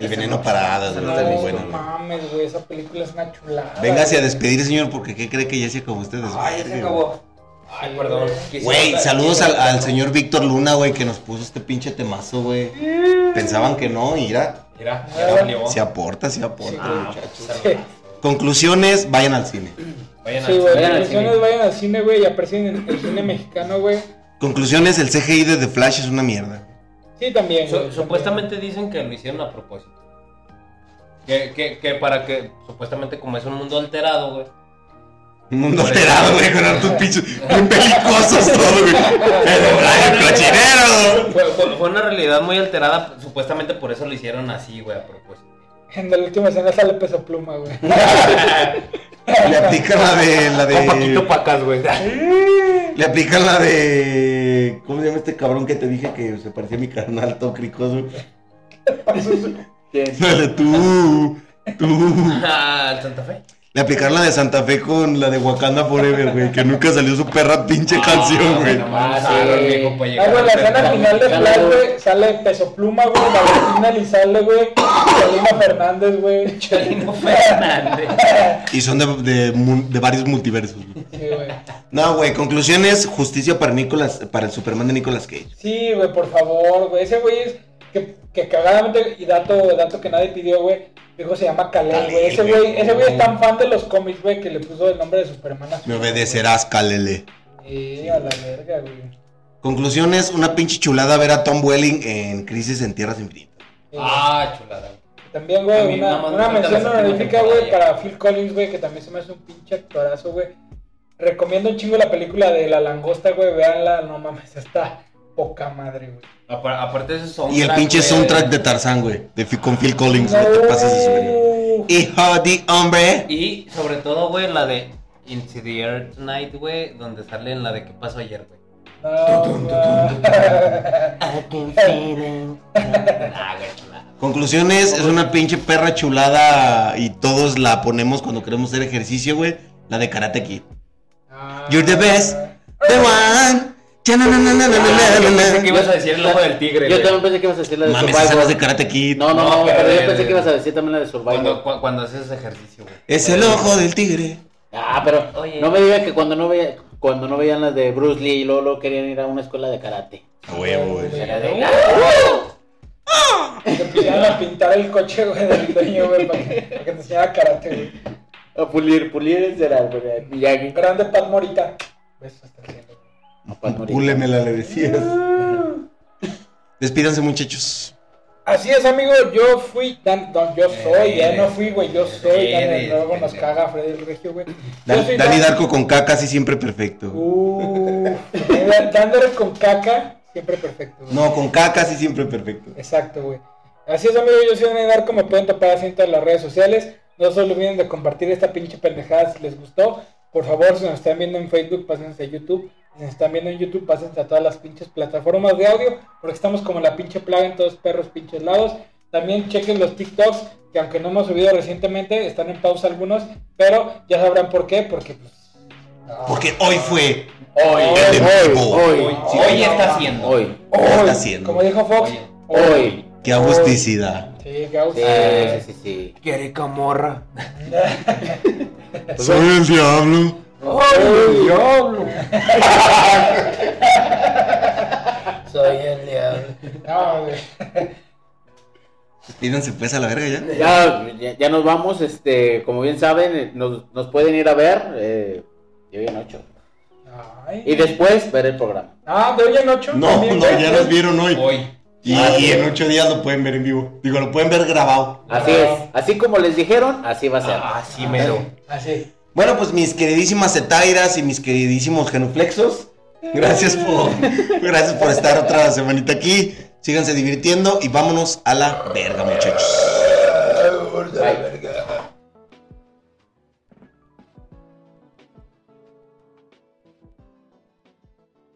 El veneno para hadas, Esa güey. no está la he bien visto. buena, güey. mames, güey, esa película es una chulada. Véngase a güey. despedir, señor, porque ¿qué cree que ya se acabó ustedes? Ay, ya se acabó. Ay, perdón. Güey, saludos al, al señor Víctor Luna, güey, que nos puso este pinche temazo, güey. Pensaban que no, y mira, Mira, ya valió. se aporta, se aporta, Sí, Ah, muchachos. saludos. Conclusiones, vayan al cine. Vayan Sí, al- güey, Vayan al vayan, cine. vayan al cine, güey, y aprecien el, el cine mexicano, güey. Conclusiones, el CGI de The Flash es una mierda. Sí, también. Su- güey, supuestamente dicen que lo hicieron a propósito. Que, que, que para que, supuestamente como es un mundo alterado, güey. Un mundo alterado, güey, con hartos pinches. Bien belicosos todo, güey. El de Flash, el cochinero. Fue, fue- fue una realidad muy alterada, supuestamente por eso lo hicieron así, güey, a propósito. también. En la última escena sale peso pluma, güey. Le aplican la de. La Un poquito de pacas, güey. le aplican la de. ¿Cómo se llama este cabrón que te dije que se parecía a mi carnal Tocricos, güey? Dale tú. Tú. Ah, el Santa Fe. Le aplicaron la de Santa Fe con la de Wakanda Forever, güey. Que nunca salió su perra pinche canción, Ah, güey. no mames, Ah, ah, sí. viejo, para Ah, llegar güey, la al escena centro. final de Claro, Flash, güey. güey, sale peso pluma, güey, Valentina Elizalde, güey, Salima Fernández, güey. Chalino Fernández. Y son de, de mu- de varios multiversos, güey. Sí, güey. No, güey. Conclusiones: justicia para Nicolas, para el Superman de Nicolas Cage. Sí, güey, por favor, güey. Ese güey es que, que cagadamente, y dato, dato que nadie pidió, güey, dijo se llama Kalel, Kalel, güey. Ese güey. güey, ese güey es tan fan de los cómics, güey, que le puso el nombre de Superman a su Me obedecerás, Kalele. Sí, a la verga, güey. Conclusiones: una pinche chulada ver a Tom Welling en Crisis en Tierras Infinitas. Sí, Ah, chulada. güey. güey. también, güey, también una, nada más una me falta mención la séptima honorífica, güey, temporada ya. para Phil Collins, güey, que también se me hace un pinche actorazo, güey. Recomiendo un chingo la película de La Langosta, güey, véanla, no mames, está poca madre, güey. Apar- Aparte de eso, son. Y el pinche soundtrack de Tarzán, güey. De, Fi- con Phil Collins. No. te pases de su No. Hijo de hombre. Y sobre todo, güey, la de Into the Earth Night, güey, donde sale en la de qué pasó ayer, güey. Ah, güey, chulada. Conclusiones, es una pinche perra chulada y todos la ponemos cuando queremos hacer ejercicio, güey. La de Karate Kid. You're Ah, the best. The one. Ah, yo pensé que Chanananananananana. ibas a decir el ojo del tigre, Yo güey. también pensé que ibas a decir la de Mames, esa no Survivor. es de Karate Kid. No, no, No, no, pero pero- yo pensé que ibas a decir también la de Survivor. Cuando, cu- cuando haces ejercicio, güey. Es el ojo del tigre. Ah, pero Oye. no me digan que cuando no veía, cuando no veían las de Bruce Lee y luego, luego querían ir a una escuela de karate. A huevo, güey. Era de- "Ah, Te pusieron a pintar el coche, güey, del dueño, güey, para que, para que te enseñara karate, güey. A pulir, pulir es de la de Miyagi. Grande Pat Morita. Besos hasta el cielo. Ah. Púlemela, le decías. Despídanse, muchachos. Así es, amigo, yo fui, Dan, no, yo soy, ya no fui, güey, yo soy, Dan el Eres, Nuevo, nos pendejo. caga Freddy el Regio, güey. Yo Dan- soy Dani Dan- Darko con K casi siempre perfecto. Uh, Dan- Dandero con caca, siempre perfecto, güey. No, con K casi siempre perfecto. Exacto, güey. Así es, amigo, yo soy Dani Darko, me pueden topar así en todas las redes sociales. No se olviden de compartir esta pinche pendejada si les gustó. Por favor, si nos están viendo en Facebook, pásense a YouTube. Si nos están viendo en YouTube, pásense a todas las pinches plataformas de audio, porque estamos como la pinche plaga en todos perros pinches lados. También chequen los TikToks, que aunque no hemos subido recientemente, están en pausa algunos, pero ya sabrán por qué, porque pues... Porque hoy fue. Hoy, El hoy, vivo. hoy, sí. Hoy está haciendo. hoy, ¿Qué está Hoy, haciendo? como dijo Fox, Oye. hoy. Uh. Qué agusticidad. Sí, Gauss. Sí, Ah. sí, sí, sí. Quiere camorra. Pues Soy el diablo. ¡Ay, diablo! Soy el diablo. No, Ah, güey. Despídanse pues a la verga ya. Ya, ya, ya nos vamos, este, como bien saben, eh, nos, nos pueden ir a ver eh, de hoy en ocho. Ay. Y después ver el programa. Ah, de hoy en ocho. No, también, no, güey. ya nos vieron hoy. Hoy. Y, y en ocho días lo pueden ver en vivo. Digo, lo pueden ver grabado. Así Ah. es, así como les dijeron, así va a ser. Así Ah, mero. Así. Bueno, pues mis queridísimas Zetairas y mis queridísimos genuflexos, gracias por, gracias por estar otra semanita aquí. Síganse divirtiendo y vámonos a la verga, muchachos. Bye.